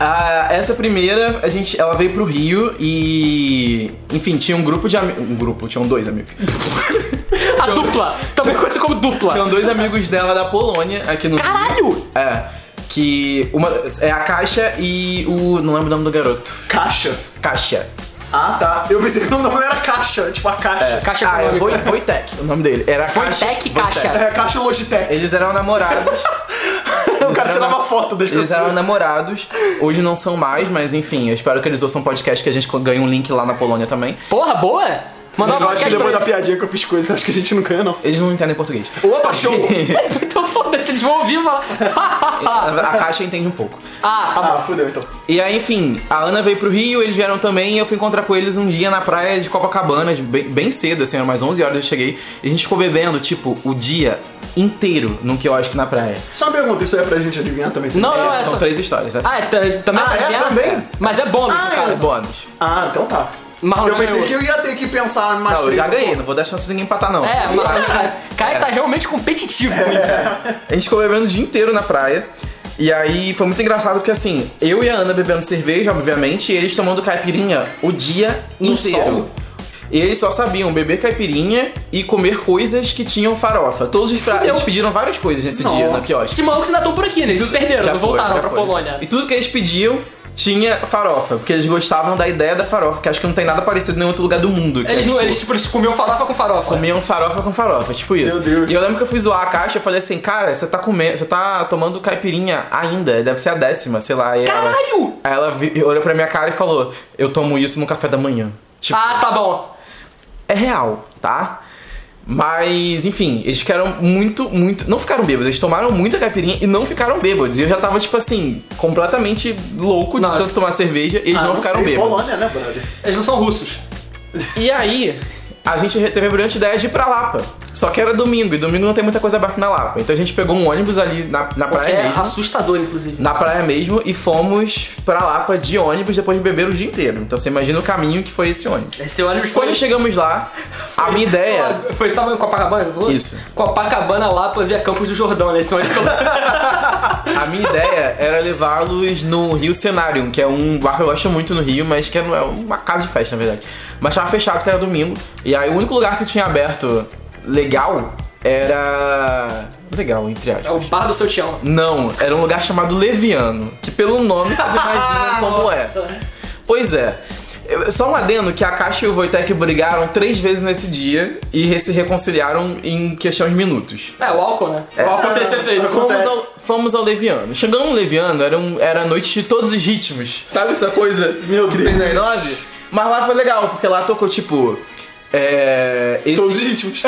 Ah, essa primeira, a gente, ela veio pro Rio e. Enfim, tinha um grupo de amigos. Um grupo, tinham dois amigos.
A dupla. Também conhecida como dupla.
um-
Tinham dois amigos dela da Polônia aqui no Rio.
Caralho!
É. Que. Uma. É a Caixa e o. Não lembro o nome do garoto.
Caixa.
Caixa.
Ah, tá. Eu pensei que o nome da mulher era caixa, tipo a caixa.
Caixa
ah, é
econômica.
Voi- Voitec, o nome dele. Era Caixa.
Voitec Caixa.
Voitec.
É, caixa Logitech.
Eles eram namorados.
o cara
eram
tirava
na-
foto das
Eles
pessoas.
eram namorados, hoje não são mais, mas enfim, eu espero que eles ouçam um podcast que a gente ganha um link lá na Polônia também.
Porra, boa! é. Mandar
Eu
uma
acho que
podcast
depois da
pra
piadinha que eu fiz com eles, acho que a gente não ganha, não.
Eles não entendem português.
Opa, show!
ele. Então foda-se, eles vão ouvir e falar.
A caixa entende um pouco.
ah, tá bom.
Ah, fudeu então.
E aí, enfim, a Ana veio pro Rio, eles vieram também, e eu fui encontrar com eles um dia na praia de Copacabana, de bem, bem cedo, assim, era mais 11 horas eu cheguei, e a gente ficou bebendo, tipo, o dia inteiro no que eu acho que na praia.
Só uma pergunta, isso aí é pra gente adivinhar também? sim?
Não, não, é
São
só.
três histórias, né? essa
Ah, é, t- também
Ah,
pra
é
ganhar?
também?
Mas é bônus,
Ah,
no
é.
é
caso.
bônus.
Ah, então tá.
Marlon
eu pensei
ganhou.
que eu ia ter que pensar mais
Não, eu
três,
já ganhei, né?
pô.
não vou dar chance de ninguém empatar, não.
É,
Só-
mas o cara tá
É.
realmente competitivo com isso.
A gente ficou bebendo o dia inteiro na praia. E aí foi muito engraçado porque assim, eu e a Ana bebendo cerveja, obviamente, e eles tomando caipirinha o dia
No sol?
inteiro. E eles só sabiam beber caipirinha e comer coisas que tinham farofa. Todos os pra...
Fudeu.
eles pediram várias coisas nesse dia na
Nossa.
quiosque.
Esses malucos ainda estão por aqui, né? Eles não perderam,
Já
não
foi,
voltaram
já
pra
foi.
Polônia.
E tudo que eles pediam tinha farofa, porque eles gostavam da ideia da farofa, que acho que não tem nada parecido em nenhum outro lugar do mundo. que é,
Eles, não,
tipo, É,
eles, tipo, eles comiam farofa com farofa.
Comiam um farofa com farofa, tipo isso.
Meu Deus.
E eu lembro que eu fui zoar a caixa e falei assim, cara, você tá comendo, você tá tomando caipirinha ainda, deve ser a décima, sei lá. E ela-
Caralho!
Aí ela vi- olhou pra minha cara e falou, eu tomo isso no café da manhã. Tipo,
Ah, tá bom.
é real, tá? Mas, enfim, eles ficaram muito, muito. Não ficaram bêbados, eles tomaram muita caipirinha e não ficaram bêbados. E eu já tava, tipo assim, completamente louco de
Nossa.
tanto tomar cerveja e eles
Ah,
não ficaram
sei,
bêbados.
Polônia, né, brother?
Eles não são russos.
E aí, a gente teve a brilhante ideia de ir pra Lapa. Só que era domingo, e domingo não tem muita coisa aberta na Lapa. Então a gente pegou um ônibus ali na, na
Que
praia
é
mesmo.
assustador, inclusive.
Na praia mesmo e fomos pra Lapa de ônibus depois de beber o dia inteiro. Então você imagina o caminho que foi esse ônibus.
Esse ônibus foi.
Quando chegamos lá, a minha ideia.
Foi, você tava em Copacabana? você falou?
Isso.
Copacabana, Lapa, via Campos do Jordão, né? Esse ônibus.
A minha ideia era levá-los no Rio Cenarium, que é um bar que eu gosto muito no Rio, mas que é- não é uma casa de festa, na verdade. Mas tava fechado, que era domingo. E aí o único lugar que tinha aberto legal era. Legal, entre aspas.
é o bar do seu tião.
Não, era um lugar chamado Leviano, que pelo nome vocês imaginam como é. Pois é. Eu- Só um adendo que a Caixa e o Wojtek brigaram três vezes nesse dia e re- se reconciliaram em questão de minutos. é,
É, o álcool, né? O álcool tem esse efeito.
Acontece.
Fomos ao, fomos ao Leviano. Chegamos no Leviano, era, um, era a noite de todos os ritmos. Sabe essa coisa
Meu
que tem na
Deus.
Inove? Mas lá foi legal, porque lá tocou tipo. É. esse-
Todos os ritmos.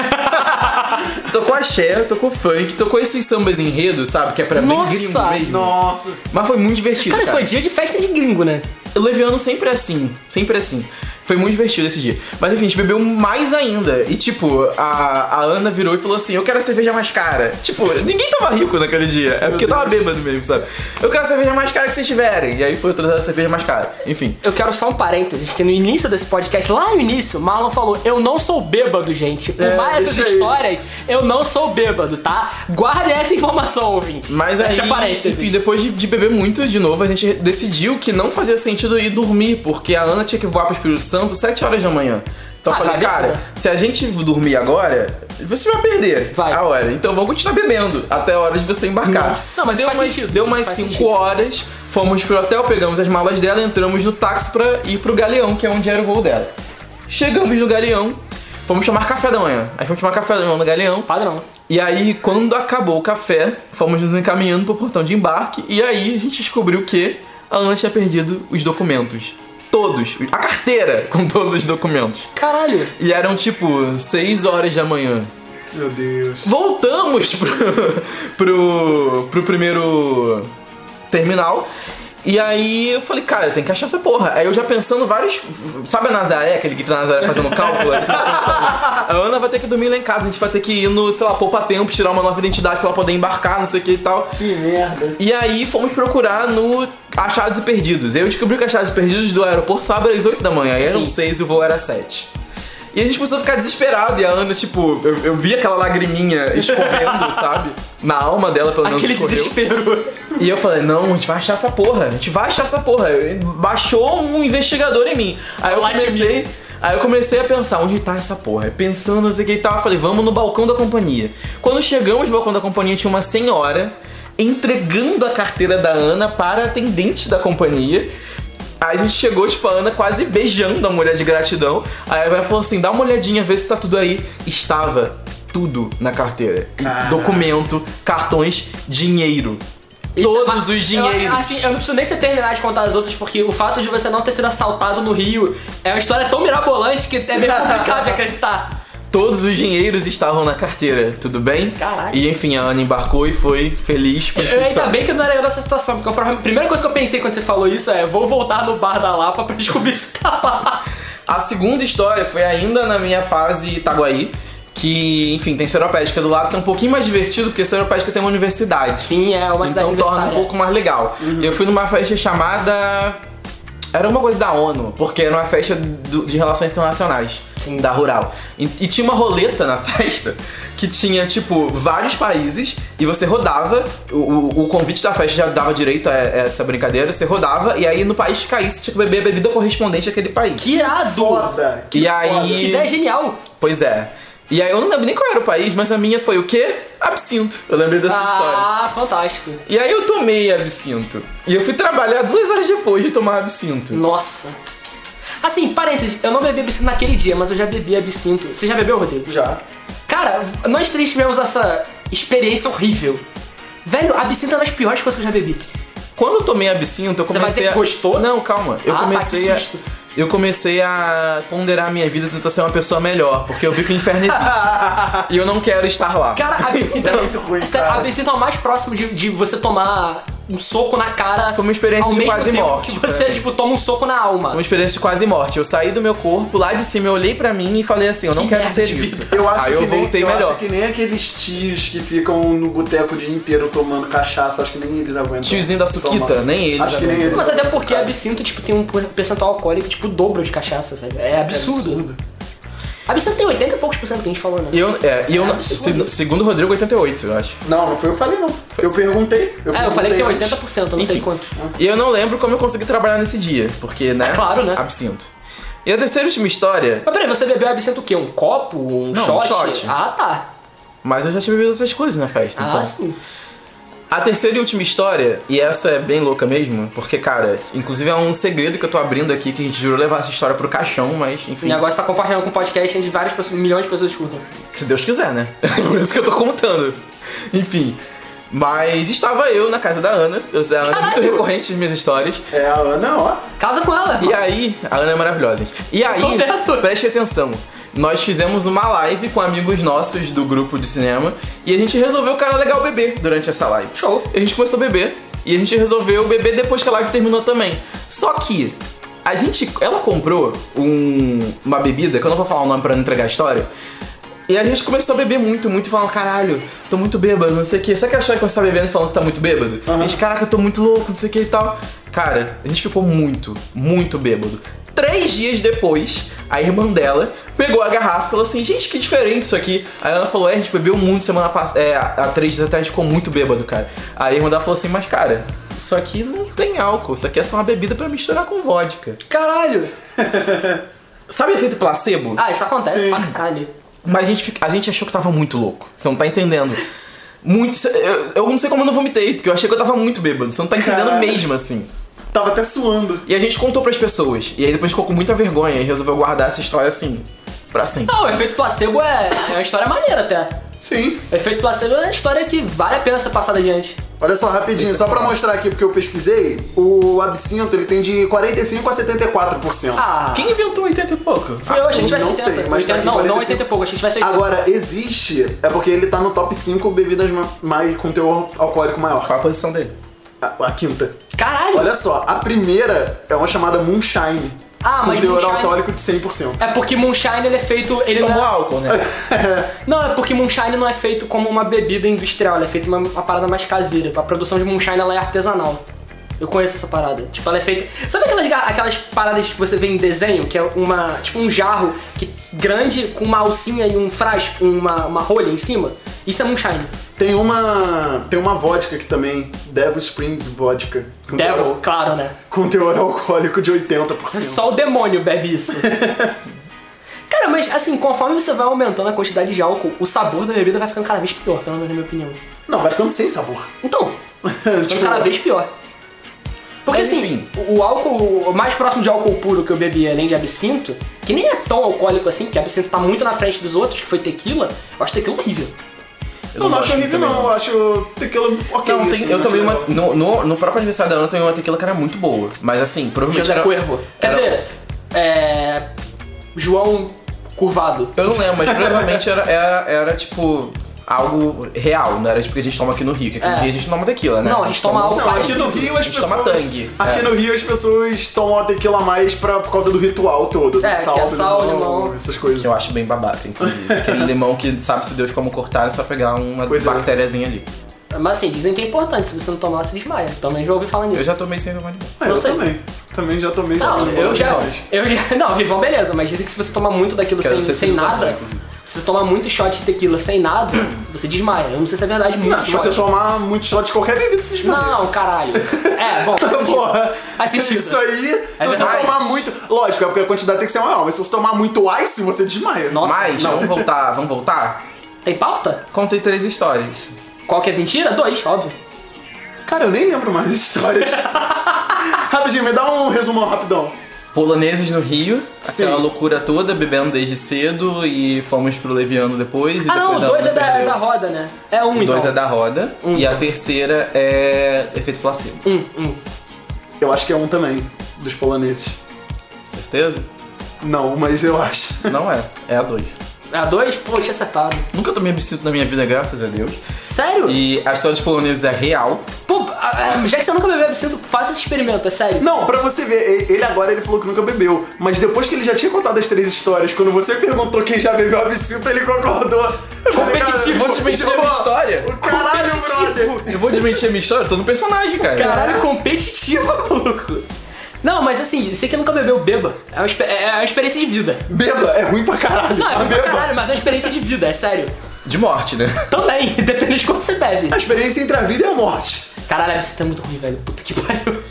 Tocou axé, tocou funk, tocou esses sambas enredo, sabe? Que é pra
Nossa,
mim gringo mesmo.
Nossa.
Mas foi muito divertido.
Cara,
Cara,
foi dia de festa de gringo, né?
O Leviano sempre é assim, sempre é assim. Foi muito divertido esse dia. Mas enfim, a gente bebeu mais ainda. E tipo, a, a Ana virou e falou assim: Eu quero a cerveja mais cara. Tipo, ninguém tava rico naquele dia. É porque eu tava bêbado mesmo, sabe? Eu quero a cerveja mais cara que vocês tiverem. E aí foi trazer a cerveja mais cara. Enfim.
Eu quero só um parênteses, que no início desse podcast, lá no início, Marlon falou, eu não sou bêbado, gente. Por
É,
mais essas
deixa aí.
histórias, eu não sou bêbado, tá? Guardem essa informação, ouvinte.
Mas aí,
Fecha parênteses.
enfim, depois de, de beber muito de novo, a gente decidiu que não fazia sentido ir dormir, porque a Ana tinha que voar pro Espírito Santo 7 horas da manhã. Então
Ah,
eu falei,
vai
cara,
merda.
se a gente dormir agora, você vai perder
Vai.
a hora. Então vamos continuar bebendo até a hora de você embarcar.
Nossa.
Não, mas
deu
faz
mais,
sentido,
Deu
faz
mais
sentido.
5 horas, fomos pro hotel, pegamos as malas dela, entramos no táxi pra ir pro Galeão, que é onde era o voo dela. Chegamos no Galeão, fomos tomar café da manhã. Aí fomos tomar café da manhã no Galeão.
Padrão.
E aí, quando acabou o café, fomos nos encaminhando pro portão de embarque e aí a gente descobriu que a Ana tinha perdido os documentos. Todos. A carteira com todos os documentos.
Caralho.
E eram tipo 6 horas da manhã.
Meu Deus.
Voltamos pro, pro, pro primeiro terminal. E aí eu falei, cara, tem que achar essa porra. Aí eu já pensando vários. Sabe a Nazaré, aquele que tá na Nazaré fazendo cálculo, assim, pensando. A Ana vai ter que dormir lá em casa, a gente vai ter que ir no, sei lá, poupa tempo, tirar uma nova identidade pra ela poder embarcar, não sei o que e tal.
Que merda.
E aí fomos procurar no Achados e Perdidos. Eu descobri que Achados e Perdidos do aeroporto sábado às 8 da manhã. E eram
Sim.
6 e o voo era 7. E a gente começou a ficar desesperado. E a Ana, tipo, eu, eu vi aquela lagriminha escorrendo, sabe? Na alma dela, pelo menos,
Aquele
escorreu.
desespero.
E eu falei, não, a gente vai achar essa porra, a gente vai achar essa porra. E Baixou um investigador em mim. Aí eu
Lá de
comecei. Aí eu comecei a pensar, onde tá essa porra? E Pensando, não sei o que e tal, eu falei, vamos no balcão da companhia. Quando chegamos no balcão da companhia, tinha uma senhora entregando a carteira da Ana para a atendente da companhia. Aí a gente chegou, tipo, a Ana quase beijando a mulher de gratidão. Aí ela falou assim, dá uma olhadinha, vê se tá tudo aí. Estava tudo na carteira. Documento, cartões, dinheiro.
Isso
Todos
é ba-
os dinheiros.
Eu, assim, eu não preciso nem que você terminar de contar as outras, porque o fato de você não ter sido assaltado no Rio é uma história tão mirabolante que é meio complicado de acreditar.
Todos os dinheiros estavam na carteira, tudo bem?
Caralho.
E enfim, a Ana embarcou e foi feliz pro
Eu,
Espírito
ainda
Santo.
bem que eu não era eu nessa situação, porque a prova- a primeira coisa que eu pensei quando você falou isso é: vou voltar no bar da Lapa pra descobrir se tá lá.
A segunda história foi ainda na minha fase Itaguaí, que, enfim, tem Seropédica do lado, que é um pouquinho mais divertido, porque Seropédica tem uma universidade.
Sim, é uma cidade
então torna um
universitária.
pouco mais legal.
Uhum.
Eu fui numa festa chamada. Era uma coisa da ONU, porque era uma festa do- de relações internacionais
Sim.
da Rural. E, e tinha uma roleta na festa que tinha, tipo, vários países e você rodava. O, o- o convite da festa já dava direito a essa brincadeira. Você rodava e aí no país que caísse tinha que beber a bebida correspondente àquele país.
Que irado!
Foda. Que
E aí-
foda.
Que ideia genial!
Pois é. E aí eu não lembro nem qual era o país, mas a minha foi o quê? Absinto. Eu lembrei dessa história.
Ah, fantástico.
E aí eu tomei absinto. E eu fui trabalhar duas horas depois de tomar absinto.
Nossa. Assim, parênteses, eu não bebi absinto naquele dia, mas eu já bebi absinto. Você já bebeu, Rodrigo?
Já.
Cara, nós três tivemos essa experiência horrível. Velho, absinto é uma das piores coisas que eu já bebi.
Quando eu tomei absinto, eu
Você vai
comecei
dizer que
a...
gostou?
Não, calma. Eu
Ah, tá,
comecei
que
a...
susto.
Eu comecei a ponderar a minha vida e tentar ser uma pessoa melhor. Porque eu vi que o inferno existe. e eu não quero estar lá.
Cara, absinto é
muito ruim,
Sério,
cara.
Absinto é o mais próximo de, de você tomar um soco na cara.
Foi uma experiência
ao
de
mesmo
quase
tempo
morte,
Que
pra
você,
mim.
tipo, toma um soco na alma.
Uma experiência de quase morte. Eu saí do meu corpo, lá de cima eu olhei pra mim e falei assim, eu não
Que
quero
merda
ser
de
isso.
Eu acho,
aí eu
que nem,
voltei
eu
melhor.
acho que nem aqueles tios que ficam no boteco o dia inteiro tomando cachaça, acho que nem eles aguentam.
Tiozinho da Suquita,
tomar.
nem eles
Acho que nem
aguentam.
eles.
Mas até
aguentam.
porque absinto, tipo, tem um percentual alcoólico, tipo, o dobro de cachaça, velho. É absurdo. Absinto tem 80 e poucos por cento que a gente falou, né?
E eu, é, e eu
É
não-
absurdo.
se- segundo o Rodrigo, 88, eu acho.
Não, não foi eu que falei, não. Eu perguntei. Eu
Ah, eu falei que tem
perguntei antes.
80%, eu não sei
Enfim.
quanto.
E eu não lembro como eu consegui trabalhar nesse dia, porque, né?
É claro, né?
Absinto. E a terceira e última história,
Mas peraí, você bebeu absinto o quê? Um copo? Um
Não, um
shot?
shot.
Ah, tá.
mas eu já tinha bebido outras coisas na festa,
Ah,
então.
sim.
A terceira e última história, e essa é bem louca mesmo, porque, cara, inclusive é um segredo que eu tô abrindo aqui, que a gente jurou levar essa história pro caixão, mas
O
enfim,
negócio tá compartilhando com o podcast onde várias pessoas, milhões de pessoas escutam.
se Deus quiser, né? Por isso que eu tô contando. Enfim. Mas estava eu na casa da Ana. Eu- A Ana é muito recorrente nas minhas histórias.
É a Ana, ó.
Casa com ela!
E aí, a Ana é maravilhosa, gente. E aí,
tô vendo.
preste atenção. Nós fizemos uma live com amigos nossos do grupo de cinema e a gente resolveu, cara, legal beber durante essa live.
Show.
A gente começou a beber e a gente resolveu beber depois que a live terminou também. Só que A gente. Ela comprou um- uma bebida, que eu não vou falar o nome pra não entregar a história. E a gente começou a beber muito, muito, falando, caralho, tô muito bêbado, não sei o que. Sabe aquela história que você tá bebendo e falando que tá muito bêbado? A gente, caraca, eu tô muito louco, não sei o que e tal. Cara, a gente ficou muito, muito bêbado. Três dias depois, a irmã dela pegou a garrafa e falou assim, gente, que diferente isso aqui. Aí ela falou, é, a gente bebeu muito semana passada, é, há três dias atrás a gente ficou muito bêbado, cara. Aí a irmã dela falou assim, mas cara, isso aqui não tem álcool, isso aqui é só uma bebida pra misturar com vodka.
Caralho!
Sabe o efeito placebo?
Ah, isso acontece
Sim.
pra caralho.
Mas a gente, fica- a gente achou que tava muito louco. Você não tá entendendo. Muito. Eu, eu não sei como eu não vomitei, porque eu achei que eu tava muito bêbado. Você não tá entendendo
Caralho.
mesmo, assim.
Tava até suando.
E a gente contou pras pessoas. E aí depois ficou com muita vergonha e resolveu guardar essa história assim. Pra sempre.
Não, o efeito placebo é, é uma história maneira até.
Sim.
O efeito placebo é uma história que vale a pena ser passada adiante.
Olha só, rapidinho, só pra mostrar aqui, porque eu pesquisei, o absinto ele tem de 45% a 74%.
Ah,
Quem inventou 80 e pouco?
Fui eu, achei que tivesse
não
80.
sei, mas
80
tá aqui
não, não
45.
80 e pouco, achei que tivesse 80.
Agora, existe, é porque ele tá no top 5 bebidas ma- mais, com teor alcoólico maior.
Qual a posição dele?
A, a quinta.
Caralho!
Olha só, a primeira é uma chamada Moonshine.
Ah,
com
mas
teor
Moonshine-
alcoólico de 100%.
É porque Moonshine ele é feito. Ele
Como
não, é,
álcool, né?
não, é porque Moonshine não é feito como uma bebida industrial, ele é feito uma, uma parada mais caseira. A produção de Moonshine ela é artesanal. Eu conheço essa parada. Tipo, ela é feita. Sabe aquelas, gar- aquelas paradas que você vê em desenho, que é uma. Tipo um jarro que, grande com uma alcinha e um frasco, uma, uma rolha em cima? Isso é Moonshine.
Tem uma. Tem uma vodka aqui também, Devil Springs Vodka. Com
Um Devil,
Teor,
claro, né?
com teor alcoólico de 80%.
Só o demônio bebe isso. Cara, mas assim, conforme você vai aumentando a quantidade de álcool, o sabor da bebida vai ficando cada vez pior, pelo menos na minha opinião.
Não, vai ficando sem sabor.
Então,
Tipo,
ficando cada vez pior. Porque
Mas,
assim, o álcool, o mais próximo de álcool puro que eu bebi, além de absinto, que nem é tão alcoólico assim, que absinto tá muito na frente dos outros, que foi tequila, eu acho tequila horrível.
Eu
Não, não acho
gosto
horrível,
também,
não. Eu acho tequila ok.
Não, tem-
assim,
eu
acho
tomei uma.
legal.
No, no, no próprio aniversário da Ana, eu tomei uma tequila que era muito boa. Mas assim, provavelmente.
José
era-
Cuervo. Quer
era-
dizer, é. João Curvado.
Eu não lembro, mas provavelmente era, era, era, tipo algo real, não era tipo que a gente toma aqui no Rio, que aqui
É.
no Rio a gente toma tequila, né?
Não, a gente toma
algo.
algo-
Não, aqui no
Parecido.
Rio as
A gente toma
pessoas.
tangue.
Aqui
É.
no Rio as pessoas tomam a tequila a mais pra, por causa do ritual todo. do
É, que
sal,
é
do
sal,
limão,
limão.
essas coisas.
Que eu acho bem babaca, inclusive. Aquele limão que sabe-se Deus como cortar, é só pegar uma
Pois é.
bactériazinha ali.
Mas assim, dizem que é importante, se você não tomar, você desmaia. Também já ouvi falar nisso.
Eu já tomei sem limão de limão.
Ah,
não
eu
sei.
também. Também já tomei tipo
Não,
limão,
eu já,
mas-
eu já. Não, vivão, beleza, mas dizem que se você tomar muito daquilo
Quero
sem,
ser
sem
civilizado,
nada,
inclusive.
se você tomar muito shot de tequila sem nada, você desmaia. Eu não sei se é verdade, muito
Não, se
shot.
você tomar muito shot de qualquer bebida, você desmaia.
Não, caralho. É, bom, faz sentido.
Porra,
Faz sentido.
isso aí, se
É
você
verdade.
tomar muito. Lógico, é porque a quantidade tem que ser maior, mas se você tomar muito ice, você desmaia.
Nossa,
Mas,
não.
vamos voltar, vamos voltar?
Tem pauta?
Contei três histórias.
Qual que é mentira? Dois, óbvio.
Cara, eu nem lembro mais histórias. Rapidinho, me dá um resumão rapidão.
Poloneses no Rio,
Sim.
aquela loucura toda, bebendo desde cedo e fomos pro Leviano depois. E
Ah, não,
depois
os
a
dois é da,
Ana
é
perdeu.
da roda, né? É um, então.
Dois é da roda e a terceira é efeito placebo.
Um,
Eu acho que é um também, dos poloneses.
Certeza?
Não, mas eu acho.
Não é. É a dois.
É a dois? Pô, tinha acertado.
Nunca tomei absinto na minha vida, graças a Deus.
Sério?
E a história dos poloneses é real.
Pô, ah, ah, já que você nunca bebeu absinto, faça esse experimento, é sério.
Não, pra você ver, e- ele agora ele falou que nunca bebeu, mas depois que ele já tinha contado as três histórias, quando você perguntou quem já bebeu absinto, ele concordou. Eu falei, cara,
Competitivo, vou desmentir a
tipo,
minha história.
Caralho,
Competitivo.
brother.
Eu vou desmentir a minha história, eu tô no personagem, cara.
Caralho, competitivo, maluco. Não, mas assim, você que nunca bebeu, beba. É uma, expe- é uma experiência de vida.
Beba, é ruim pra caralho.
Não, é ruim pra
Beba.
caralho, mas é uma experiência de vida, é sério.
De morte, né?
Também, depende de quanto você bebe.
A experiência entre a vida e a morte.
Caralho, você tá muito ruim, velho. Puta que pariu.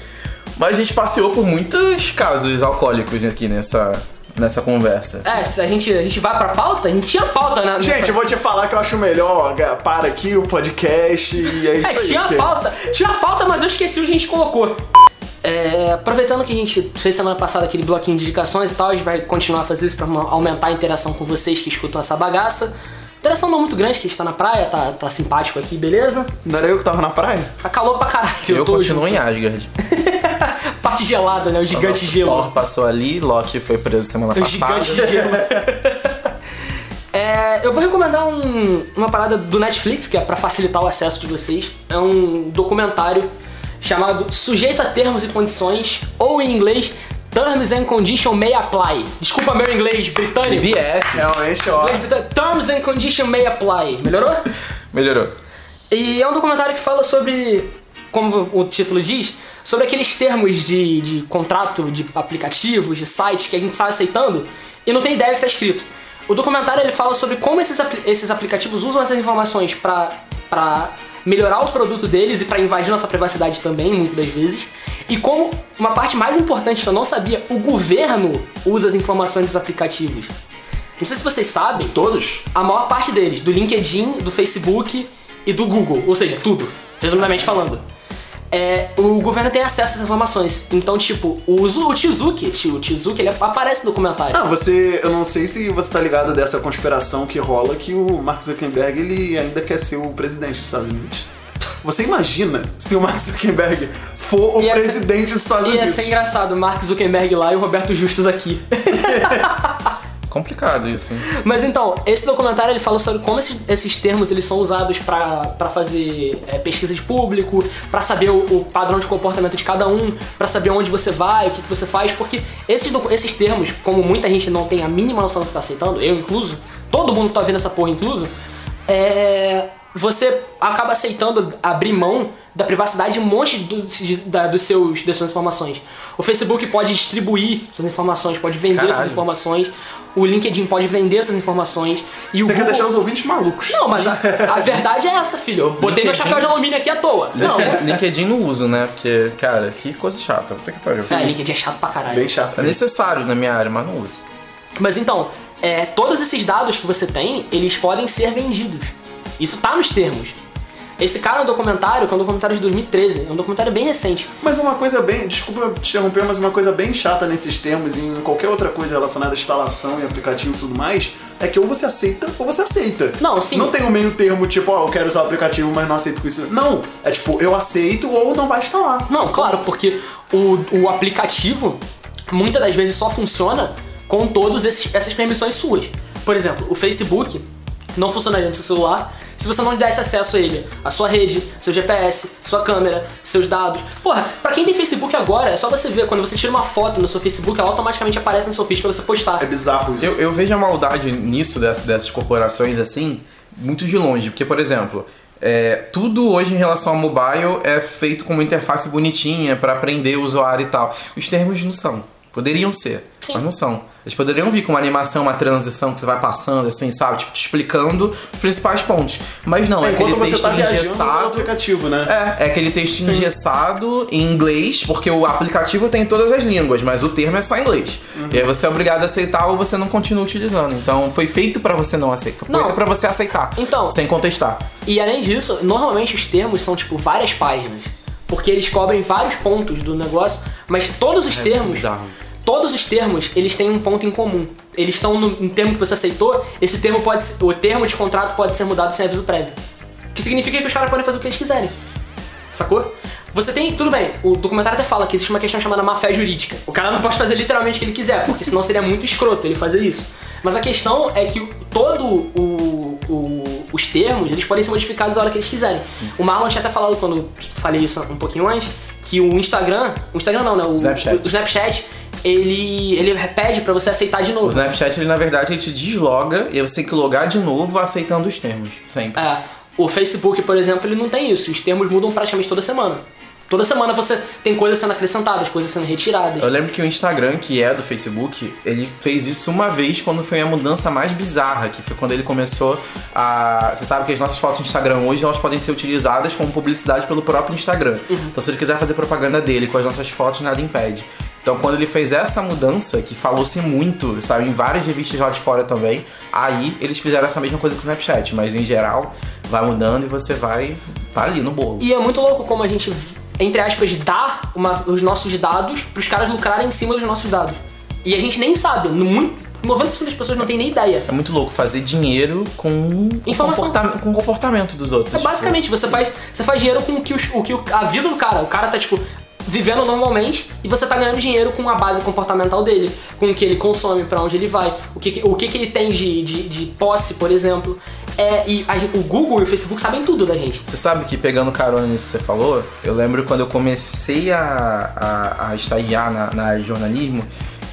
Mas a gente passeou por muitos casos alcoólicos aqui nessa, nessa conversa.
É, se a gente, a gente vai pra pauta? A gente tinha pauta né? na.
Gente, eu vou te falar que eu acho melhor, ó, para aqui o podcast e é isso
É,
aí.
tinha a
que-
pauta. Tinha a pauta, mas eu esqueci o que a gente colocou. É, aproveitando que a gente fez semana passada aquele bloquinho de indicações e tal, a gente vai continuar a fazer isso pra ma- aumentar a interação com vocês que escutam essa bagaça. Interação não muito grande, que a gente tá na praia, tá, tá simpático aqui, beleza?
Não era eu que tava na praia?
Tá calor pra caralho,
Eu,
eu, tô
continuo
junto.
em Asgard.
Parte gelada, né? O
Tá
gigante gelo.
Thor passou ali, Loki foi preso semana
O
passada.
um gigante de gelo. É, eu vou recomendar um- uma parada do Netflix, que é pra facilitar o acesso de vocês. É um documentário chamado Sujeito a Termos e Condições, ou em inglês Terms and Condition May Apply. Desculpa meu inglês britânico.
BF.
É,
Realmente, ó.
Inglês britânico. Terms and Condition May Apply. Melhorou?
Melhorou.
E é um documentário que fala sobre, como o título diz, sobre aqueles termos de, de contrato, de aplicativos, de sites que a gente sai aceitando e não tem ideia do que tá escrito. O documentário ele fala sobre como esses, apli- esses aplicativos usam essas informações pra pra melhorar o produto deles e pra invadir nossa privacidade também, muitas das vezes. E como uma parte mais importante que eu não sabia, o governo usa as informações dos aplicativos. Não sei se vocês sabem
Todos?
a maior parte deles, do LinkedIn, do Facebook e do Google, ou seja, tudo, resumidamente falando. É, o governo tem acesso a essas informações. Então, tipo, o, Zu- o Tizuki, tio, o Tizuki, ele aparece no documentário.
Ah, você. Eu não sei se você tá ligado dessa conspiração que rola que o Mark Zuckerberg ele ainda quer ser o presidente dos Estados Unidos. Você imagina se o Mark Zuckerberg for o
Ia ser-
presidente dos Estados
E ia
Unidos?
ser engraçado, o Mark Zuckerberg lá e o Roberto Justus aqui.
Complicado isso, hein?
Mas então, esse documentário ele fala sobre como esses, esses termos eles são usados pra pra fazer é, pesquisa de público, pra saber o, o padrão de comportamento de cada um, pra saber onde você vai, o que, que você faz, porque esses, docu- esses termos, como muita gente não tem a mínima noção do que tá aceitando, eu incluso, todo mundo que tá vendo essa porra incluso, é, você acaba aceitando abrir mão da privacidade de um monte do, de- da- dos seus, das suas informações. O Facebook pode distribuir suas informações, pode vender suas
Caralho.
informações, o LinkedIn pode vender essas informações. E
Você
o
quer
Google-
deixar os ouvintes malucos.
Não, mas a, a verdade é essa, filho. Eu botei meu
LinkedIn.
chapéu de alumínio aqui à toa. Não.
LinkedIn não uso, né? Porque, cara, que coisa chata. Puta que pariu.
É, LinkedIn é chato pra caralho.
Bem né? chato.
É necessário na minha área, mas não uso.
Mas então, é, todos esses dados que você tem, eles podem ser vendidos. Isso tá nos termos. Esse cara no documentário, que é um documentário de 2013, é um documentário bem recente.
Mas uma coisa bem. Desculpa te interromper, mas uma coisa bem chata nesses termos e em qualquer outra coisa relacionada à instalação e aplicativo e tudo mais, é que ou você aceita ou você aceita.
Não, sim.
Não tem um meio termo, tipo, ó, eu quero usar o aplicativo, mas não aceito com isso. Não. É tipo, eu aceito ou não vai instalar.
Não, claro, porque o, o aplicativo muitas das vezes só funciona com todas essas permissões suas. Por exemplo, o Facebook não funcionaria no seu celular se você não lhe desse acesso a ele, a sua rede, seu GPS, sua câmera, seus dados. Porra, pra quem tem Facebook agora, é só você ver, quando você tira uma foto no seu Facebook, ela automaticamente aparece no seu feed pra você postar.
É bizarro isso.
Eu, eu vejo a maldade nisso dessas, dessas corporações assim, muito de longe, porque, por exemplo, é, tudo hoje em relação ao mobile é feito com uma interface bonitinha pra aprender o usuário e tal. Os termos não são. Poderiam ser,
Sim.
mas não são. Eles poderiam vir com uma animação, uma transição que você vai passando, assim, sabe? Tipo, te explicando os principais pontos. Mas não, é, aquele
Enquanto você
texto
tá viajando no
engessado.
aplicativo, né?
É, é aquele texto engessado em inglês, porque o aplicativo tem em todas as línguas, mas o termo é só em inglês.
Uhum.
E aí você é obrigado a aceitar ou você não continua utilizando. Então foi feito pra você não aceitar, foi
Não.
feito pra você aceitar.
Então-
Sem contestar.
E além disso, normalmente os termos são tipo várias páginas. Porque eles cobrem vários pontos do negócio, mas todos os
É muito
termos.
bizarro isso.
Todos os termos, eles têm um ponto em comum. Eles estão no, no termo que você aceitou, esse termo pode ser- o termo de contrato pode ser mudado sem aviso prévio. Que significa que os caras podem fazer o que eles quiserem. Sacou? Você tem, tudo bem, o documentário até fala que existe uma questão chamada má fé jurídica. O cara não pode fazer literalmente o que ele quiser, porque senão seria muito escroto ele fazer isso. Mas a questão é que todo o, o- os termos, eles podem ser modificados a hora que eles quiserem. O Marlon tinha até falado quando eu falei isso um pouquinho antes, que o Instagram, o Instagram não, né? O
Snapchat.
o Snapchat, ele, ele pede pra você aceitar de
O
novo.
Snapchat, ele, na verdade, ele te desloga e aí você tem que logar de novo aceitando os termos. Sempre.
É, o Facebook, por exemplo, ele não tem isso. Os termos mudam praticamente toda semana. Toda semana você tem coisas sendo acrescentadas, coisas sendo retiradas.
Eu lembro que o Instagram, que é do Facebook, ele fez isso uma vez quando foi a mudança mais bizarra, que foi quando ele começou a. Você sabe que as nossas fotos do Instagram hoje elas podem ser utilizadas como publicidade pelo próprio Instagram. Então, se ele quiser fazer propaganda dele com as nossas fotos, nada impede. Então, quando ele fez essa mudança, que falou-se muito, saiu em várias revistas lá de fora também, aí eles fizeram essa mesma coisa com o Snapchat, mas em geral, vai mudando e você vai. tá ali no bolo.
E é muito louco como a gente, entre aspas, dá uma- os nossos dados pros caras lucrarem em cima dos nossos dados. E a gente nem sabe. no Muito, 90% das pessoas não tem nem ideia.
É muito louco fazer dinheiro com, com
Informação.
comporta- com o comportamento dos outros.
É basicamente, você faz, você faz dinheiro com o que, os- o que o- a vida do cara. O cara tá, tipo, vivendo normalmente e você tá ganhando dinheiro com a base comportamental dele, com o que ele consome, pra onde ele vai, o que, que- o que, que ele tem de, de, de posse, por exemplo. É, e a gen- o Google e o Facebook sabem tudo da gente.
Você sabe que pegando carona nisso que você falou, eu lembro quando eu comecei a, a, a estagiar na, na área de jornalismo,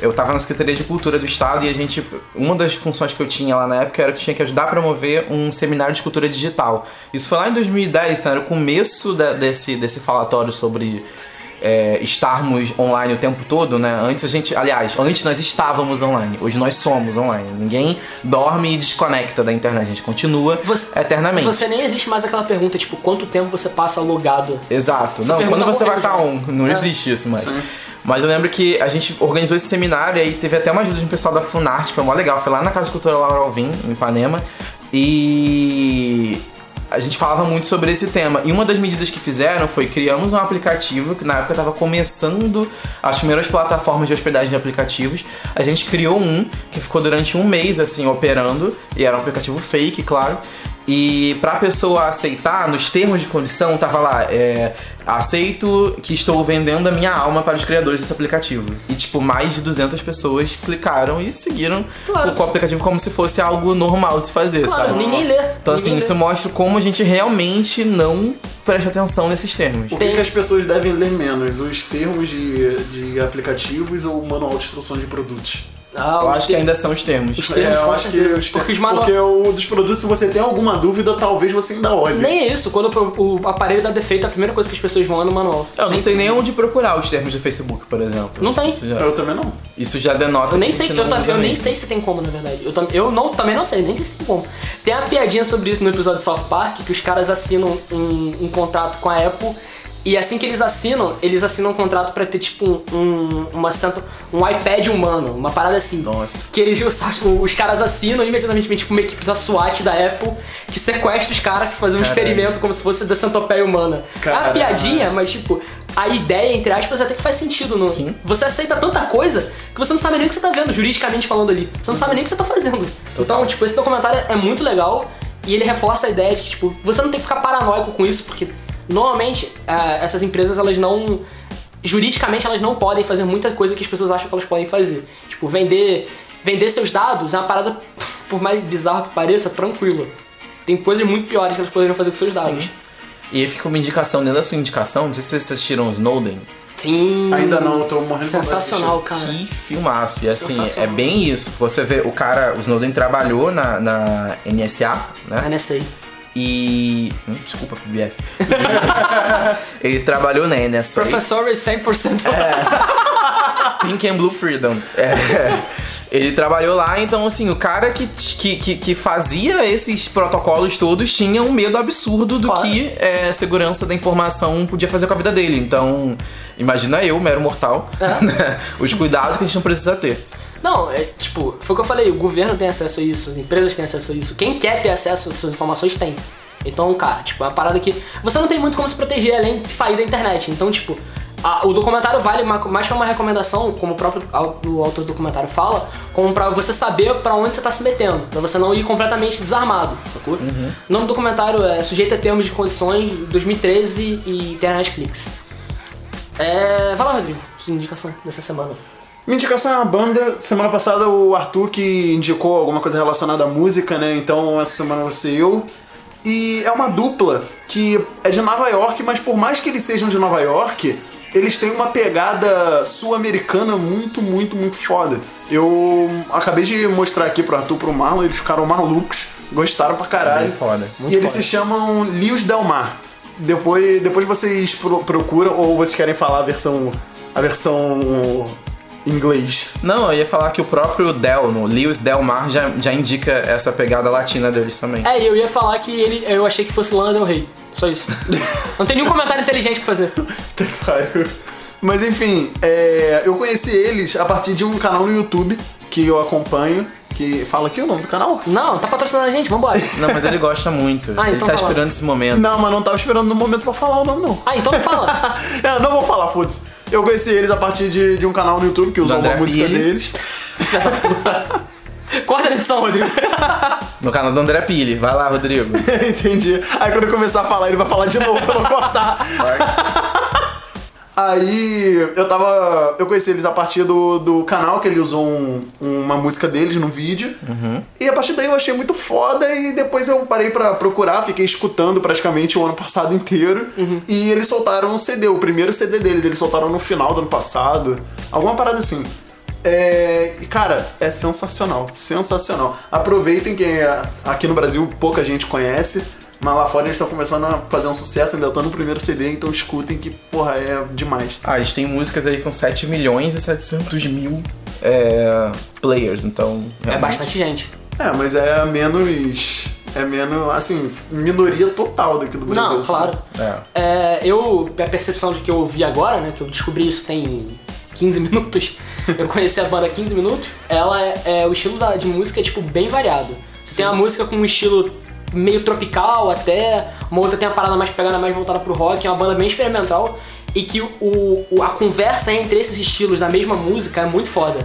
eu tava na Secretaria de Cultura do Estado e a gente. Uma das funções que eu tinha lá na época era que tinha que ajudar a promover um seminário de cultura digital. Isso foi lá em 2010, sabe? então era o começo da- desse, desse falatório sobre é, estarmos online o tempo todo, né? Antes a gente, aliás, antes nós estávamos online, hoje nós somos online. Ninguém dorme e desconecta da internet, a gente continua
Você-
eternamente.
Você nem existe mais aquela pergunta, tipo, quanto tempo você passa logado?
Exato.
Essa
não,
pergunta
quando você vai
morreu
estar
já.
on, não
É.
existe isso mais. Mas eu lembro que a gente organizou esse seminário e aí teve até uma ajuda de um pessoal da Funarte, foi mó legal. Foi lá na Casa Cultural Laura Alvim, em Ipanema. E a gente falava muito sobre esse tema. E uma das medidas que fizeram foi criamos um aplicativo, que na época estava começando as primeiras plataformas de hospedagem de aplicativos. A gente criou um que ficou durante um mês assim operando, e era um aplicativo fake, claro. E pra pessoa aceitar, nos termos de condição, tava lá, é, aceito que estou vendendo a minha alma para os criadores desse aplicativo. E tipo, mais de 200 pessoas clicaram e seguiram
Claro.
o aplicativo como se fosse algo normal de se fazer,
Claro,
sabe?
ninguém lê.
Então assim,
Ninguém
isso
lê.
mostra como a gente realmente não presta atenção nesses termos.
Por que
Tem-
que as pessoas devem ler menos? Os termos de, de aplicativos ou o manual de instrução de produtos? É,
Ah,
Eu
os
acho que
te-
ainda são os termos. É.
termos,
eu
com
acho que
certeza.
os
Porque os
termos,
manual-
porque o dos produtos, se você tem alguma dúvida, talvez você ainda olhe.
Nem é isso, quando o o aparelho dá defeito, a primeira coisa que as pessoas vão é no manual.
Eu não
Sempre.
sei nem onde procurar os termos do Facebook, por exemplo.
Não tem.
Isso já,
Eu também não.
isso já denota.
Eu nem
que a
sei,
gente
eu,
não
tam-
usa
eu nem
mesmo.
sei se tem como, na verdade. Eu, tam- eu não, também não sei, nem sei se tem como. Tem uma piadinha sobre isso no episódio de South Park, que os caras assinam um, um contrato com a Apple. E assim que eles assinam, eles assinam um contrato pra ter tipo um, um- uma centro, um iPad humano, uma parada assim.
Nossa.
Que eles, os, os caras assinam imediatamente tipo, uma equipe da SWAT da Apple que sequestra os caras pra fazer um
Caralho.
experimento como se fosse da centopeia humana. É uma
Caralho.
piadinha, mas tipo, a ideia, entre aspas, até que faz sentido no,
Sim.
você aceita tanta coisa que você não sabe nem o que você tá vendo, juridicamente falando ali. Você não sabe nem o que você tá fazendo. Então, tipo, esse documentário é muito legal e ele reforça a ideia de que, tipo, você não tem que ficar paranoico com isso, porque normalmente ah, essas empresas, elas não. Juridicamente, elas não podem fazer muita coisa que as pessoas acham que elas podem fazer. Tipo, vender, vender seus dados é uma parada, por mais bizarro que pareça, tranquila. Tem coisas muito piores que elas poderiam fazer com seus dados.
Sim. E aí fica uma indicação dentro da sua indicação. Não sei se vocês assistiram Snowden.
Sim.
Ainda não, eu tô morrendo de vontade de
Sensacional, cara.
Que filmaço. E assim, é
Sensacional. bem
bem isso. Você vê, o cara, o Snowden trabalhou na, NSA, né?
Ah, nessa aí.
E. hum, Desculpa, PBF. Ele trabalhou na NSA.
Professor é 100%
Pink and Blue Freedom. É. Ele trabalhou lá, então assim, o cara que, que, que, que fazia esses protocolos todos tinha um medo absurdo do
Claro.
que é, segurança da informação podia fazer com a vida dele. Então, imagina eu, mero mortal,
É.
né? os cuidados que a gente não precisa ter.
Não, é tipo, foi o que eu falei, o governo tem acesso a isso, empresas têm acesso a isso, quem quer ter acesso às suas informações tem. Então, cara, tipo, é uma parada que. Você não tem muito como se proteger além de sair da internet. Então, tipo, a- o documentário vale ma- mais pra uma recomendação, como o próprio au- o autor do documentário fala, como pra você saber pra onde você tá se metendo, pra você não ir completamente desarmado, sacou? O nome do documentário é Sujeito a Termos de Condições, 2013 e tem na Netflix. É. Vai lá, Rodrigo, sua indicação dessa semana.
Minha indicação é uma banda. Semana passada o Arthur que indicou alguma coisa relacionada à música, né? Então essa semana vai ser eu. E é uma dupla que é de Nova York, mas por mais que eles sejam de Nova York, eles têm uma pegada sul-americana muito, muito, muito foda. Eu acabei de mostrar aqui pro Arthur e pro Marlon, eles ficaram malucos, gostaram pra caralho.
Bem foda, muito
e eles
foda.
se chamam Lios Del Mar. Depois, depois vocês pro- procuram ou vocês querem falar a versão a versão em inglês.
Não, eu ia falar que o próprio Del, no Lewis Del Mar, já, já indica essa pegada latina deles também.
É, e eu ia falar que ele, eu achei que fosse Lana Del Rey. Só isso. Não tem nenhum comentário inteligente pra fazer.
Puta Tá que pariu. Mas enfim, é, eu conheci eles a partir de um canal no YouTube que eu acompanho, que fala aqui o nome do canal?
Não, tá patrocinando a gente, vambora.
Não, mas ele gosta muito.
Ah,
ele
então
tá
fala.
esperando esse momento.
Não, mas não tava esperando no momento pra falar o nome, não.
Ah, então fala.
Eu não vou falar, foda-se. Eu conheci eles a partir de, de um canal no YouTube que usou
André
uma música
Pili.
deles.
Corta a edição, Rodrigo. É
No canal do André Pili. Vai lá, Rodrigo.
Entendi. Aí quando eu começar a falar, ele vai falar de novo pra eu não cortar. Aí eu tava. Eu conheci eles a partir do, do canal, que ele usou um- uma música deles no vídeo. E a partir daí eu achei muito foda e depois eu parei pra procurar, fiquei escutando praticamente o ano passado inteiro. E eles soltaram um CD, o primeiro CD deles, eles soltaram no final do ano passado. Alguma parada assim. É, e cara, é sensacional, sensacional. Aproveitem que é- aqui no Brasil pouca gente conhece, mas lá fora eles estão começando a fazer um sucesso, ainda estão no primeiro CD, então escutem que porra é demais.
Ah, eles têm músicas aí com 7 milhões e 700 mil é, players, então.
É
realmente-
bastante gente.
É, mas é menos. É menos, assim, minoria total daqui do Brasil. assim.
Não,
sabe?
claro.
É.
É, eu, a percepção de que eu vi agora, né, que eu descobri isso tem 15 minutos, eu conheci a banda há 15 minutos, ela é, é- o estilo da- de música é, tipo, bem variado. Você tem uma música com um estilo meio tropical até, uma outra tem uma parada mais pegada, mais voltada pro rock, é uma banda bem experimental, e que o, o- a conversa entre esses estilos da mesma música é muito foda.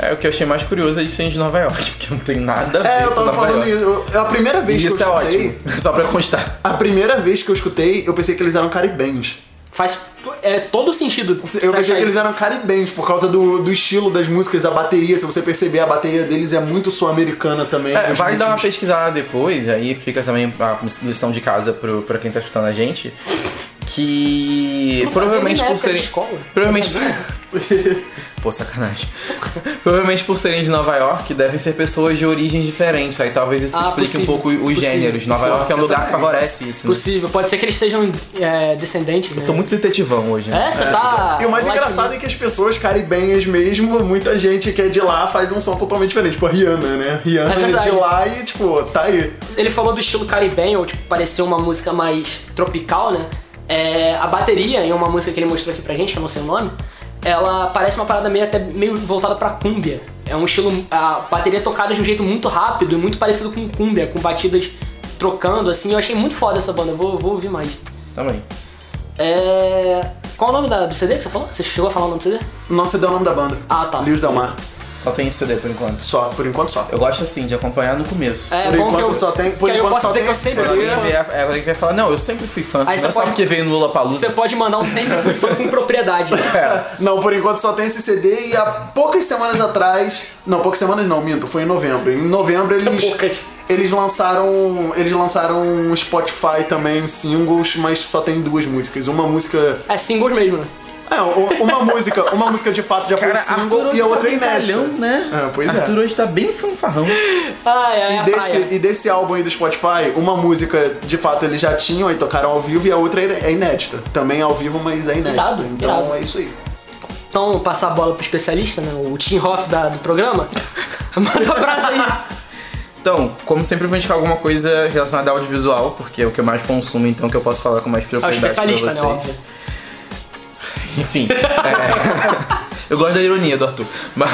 É, o que eu achei mais curioso é eles serem de Nova York, porque não tem nada a ver
É, eu
com
tava
Nova
falando
York.
isso. eu- é a primeira vez
E
que
isso é
eu escutei.
ótimo, só pra constar.
A primeira vez que eu escutei, eu pensei que eles eram caribenhos.
Faz é, todo sentido.
Eu pensei que eles eram caribenhos por causa do, do estilo das músicas, a bateria. Se você perceber, a bateria deles é muito sul-americana também.
É,
os
vale dar uma
ritmos.
pesquisada depois, aí fica também a lição de casa pro, pra quem tá escutando a gente. Que
Eu não fazia nem
provavelmente
na
por
época de
serem.
escola.
Provavelmente. Pô, sacanagem. provavelmente por serem de Nova York, devem ser pessoas de origens diferentes. Aí talvez isso
Ah,
explique um
possível,
pouco os
possível,
gêneros. Nova
possível.
York é um
Você
lugar que
também.
favorece isso. né?
Possível, pode ser que eles sejam é, descendentes, né?
Tô muito detetivão hoje. né?
É, você tá.
E o mais
Light
engraçado é que as pessoas caribenhas mesmo, muita gente que é de lá faz um som totalmente diferente. Tipo, a Rihanna, né? Rihanna
É
é,
verdade.
de lá e, tipo, tá aí.
Ele falou do estilo caribenho, ou tipo, pareceu uma música mais tropical, né? É, a bateria, em uma música que ele mostrou aqui pra gente, que eu não sei o nome, ela parece uma parada meio até meio voltada pra cúmbia. É um estilo. A bateria é tocada de um jeito muito rápido e muito parecido com cúmbia, com batidas trocando, assim. Eu achei muito foda essa banda, eu vou, vou ouvir mais.
Também.
É, Qual o nome da- do CD que você falou? Você chegou a falar o nome do CD?
Não sei dar o nome da banda.
Ah, tá.
Lewis Delmar.
Só tem esse CD por enquanto.
Só, por enquanto só.
Eu gosto assim de acompanhar no começo.
É
Por
bom que
enquanto
eu.
só tem- por
que aí eu
enquanto
posso dizer
só
que eu
tem
sempre
esse
fui
CD.
fã.
É, é, alguém vai falar, não, eu sempre fui fã.
Aí
não
você
é só
pode-
porque veio no Lula Palusa.
Você pode mandar um sempre fui fã com propriedade. né?
É.
Não, por enquanto só tem esse CD e há poucas semanas atrás. Não, poucas semanas não, minto, foi em novembro. Em novembro eles.
Poucas.
Eles lançaram. Eles lançaram um Spotify também, singles, mas só tem duas músicas. Uma música.
É singles mesmo, né?
É, u- uma música. Uma música de fato já foi um single e a
tá
outra é inédita.
tá né?
É, pois é.
Arthur hoje tá bem fanfarrão.
Ah, é, é
E
a praia.
desse, e desse álbum aí do Spotify, uma música de fato eles já tinham e tocaram ao vivo e a outra é inédita. Também ao vivo, mas é inédita.
Irado,
então
irado.
é isso aí.
Então, passar a bola pro especialista, né? O Tim Hoff da- do programa. Manda um abraço aí.
Então, como sempre, eu vou indicar alguma coisa relacionada ao audiovisual, porque é o que eu mais consumo, então que eu posso falar com mais
É o
propriedade pra
especialista,
vocês.
né? Óbvio.
Enfim. é, eu gosto da ironia do Arthur. Mas.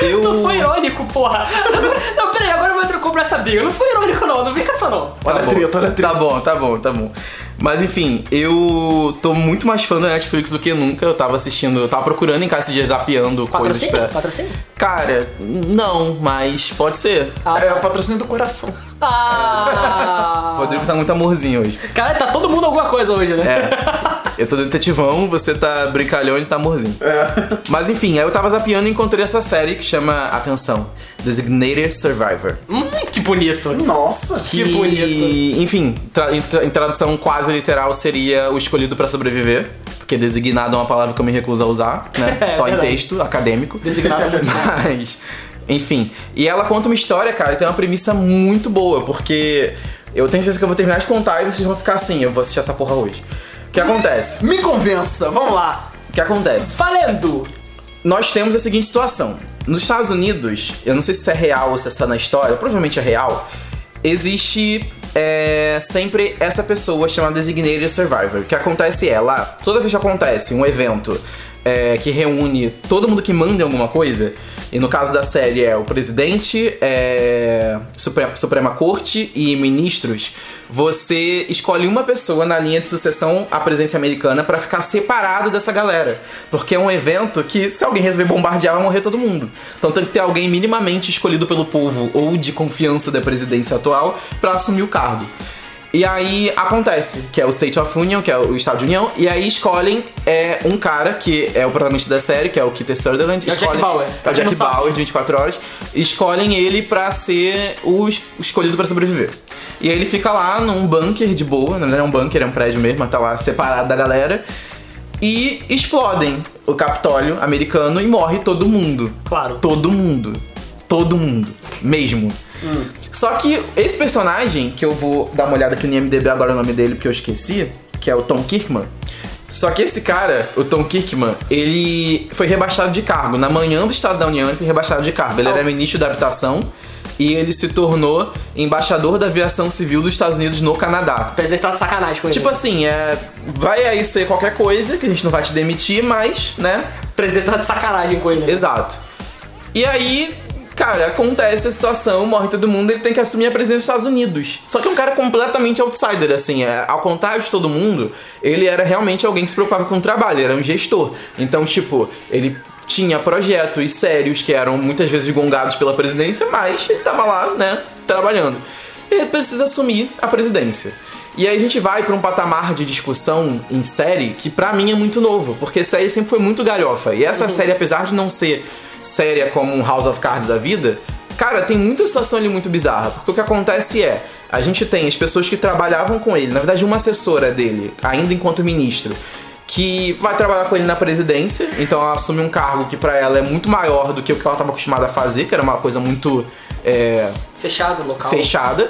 Eu...
Não foi irônico, porra. Não, peraí, agora eu vou entrar comprar essa briga. Não foi irônico, não. Não vem com essa, não.
Olha a
bom.
treta, olha a treta.
Tá bom, tá bom, tá bom. Mas enfim, eu tô muito mais fã da Netflix do que nunca. Eu tava assistindo, eu tava procurando em casa esses dias, zapeando coisas
Patrocínio?
pra.
Patrocínio?
Cara, não, mas pode ser.
Ah,
É o patrocínio do coração.
Ah.
O Rodrigo tá muito amorzinho hoje.
Cara, tá todo mundo alguma coisa hoje, né?
É. Eu tô detetivão, você tá brincalhão, ele tá amorzinho.
É.
Mas enfim, aí eu tava zapeando e encontrei essa série que chama, atenção, Designated Survivor.
Hum, que bonito.
Nossa!
Que bonito.
Enfim, tra- em, tra- em tradução quase literal seria o escolhido pra sobreviver. Porque designado é uma palavra que eu me recuso a usar, né?
É,
Só em
verdade.
texto acadêmico.
Designado é muito
Mas, enfim. E ela conta uma história, cara, e tem uma premissa muito boa, porque eu tenho certeza que eu vou terminar de contar e vocês vão ficar assim, eu vou assistir essa porra hoje. O que acontece?
Me convença, vamos lá.
O que acontece?
Valendo!
nós temos a seguinte situação. Nos Estados Unidos, eu não sei se isso é real ou se é só na história, provavelmente é real, existe é, sempre essa pessoa chamada Designated Survivor. O que acontece é, lá, toda vez que acontece um evento é, que reúne todo mundo que manda em alguma coisa, e no caso da série é o presidente, é, Suprema, Suprema Corte e ministros, você escolhe uma pessoa na linha de sucessão à presidência americana pra ficar separado dessa galera. Porque é um evento que, se alguém resolver bombardear, vai morrer todo mundo. Então tem que ter alguém minimamente escolhido pelo povo ou de confiança da presidência atual pra assumir o cargo. E aí acontece, que é o State of Union, que é o Estado de União, e aí escolhem é, um cara que é o protagonista da série, que é o Keith Sutherland.
É o Jack
escolhem-
Bauer.
É o
Pra quem não
Jack
sabe.
Bauer, de 24 horas. Escolhem ele pra ser o es- escolhido pra sobreviver. E aí ele fica lá num bunker de boa, não é um bunker, é um prédio mesmo, mas tá lá separado da galera. E explodem o Capitólio americano e morre todo mundo.
Claro.
Todo mundo. Todo mundo. Mesmo. Só que esse personagem, que eu vou dar uma olhada aqui no IMDB agora o nome dele, porque eu esqueci, que é o Tom Kirkman. Só que esse cara, o Tom Kirkman, ele foi rebaixado de cargo. Na manhã do Estado da União, ele foi rebaixado de cargo. Ele era ministro da habitação e ele se tornou embaixador da aviação civil dos Estados Unidos no Canadá.
Apesar de estar tá de sacanagem com ele.
Tipo assim, é, vai aí ser qualquer coisa, que a gente não vai te demitir, mas, né,
O presidente tá de sacanagem com ele.
Exato. E aí, cara, acontece a situação, morre todo mundo, ele tem que assumir a presença dos Estados Unidos. Só que é um cara completamente outsider, assim, é, ao contrário de todo mundo, ele era realmente alguém que se preocupava com o trabalho, ele era um gestor. Então, tipo, ele tinha projetos sérios que eram muitas vezes gongados pela presidência, mas ele tava lá, né, trabalhando. E ele precisa assumir a presidência. E aí a gente vai pra um patamar de discussão em série que pra mim é muito novo, porque série sempre foi muito galhofa. E essa série, apesar de não ser séria como um House of Cards da vida, cara, tem muita situação ali muito bizarra, porque o que acontece é, a gente tem as pessoas que trabalhavam com ele, na verdade uma assessora dele, ainda enquanto ministro, que vai trabalhar com ele na presidência, então ela assume um cargo que pra ela é muito maior do que o que ela estava acostumada a fazer, que era uma coisa muito é,
Fechado o local.
fechada.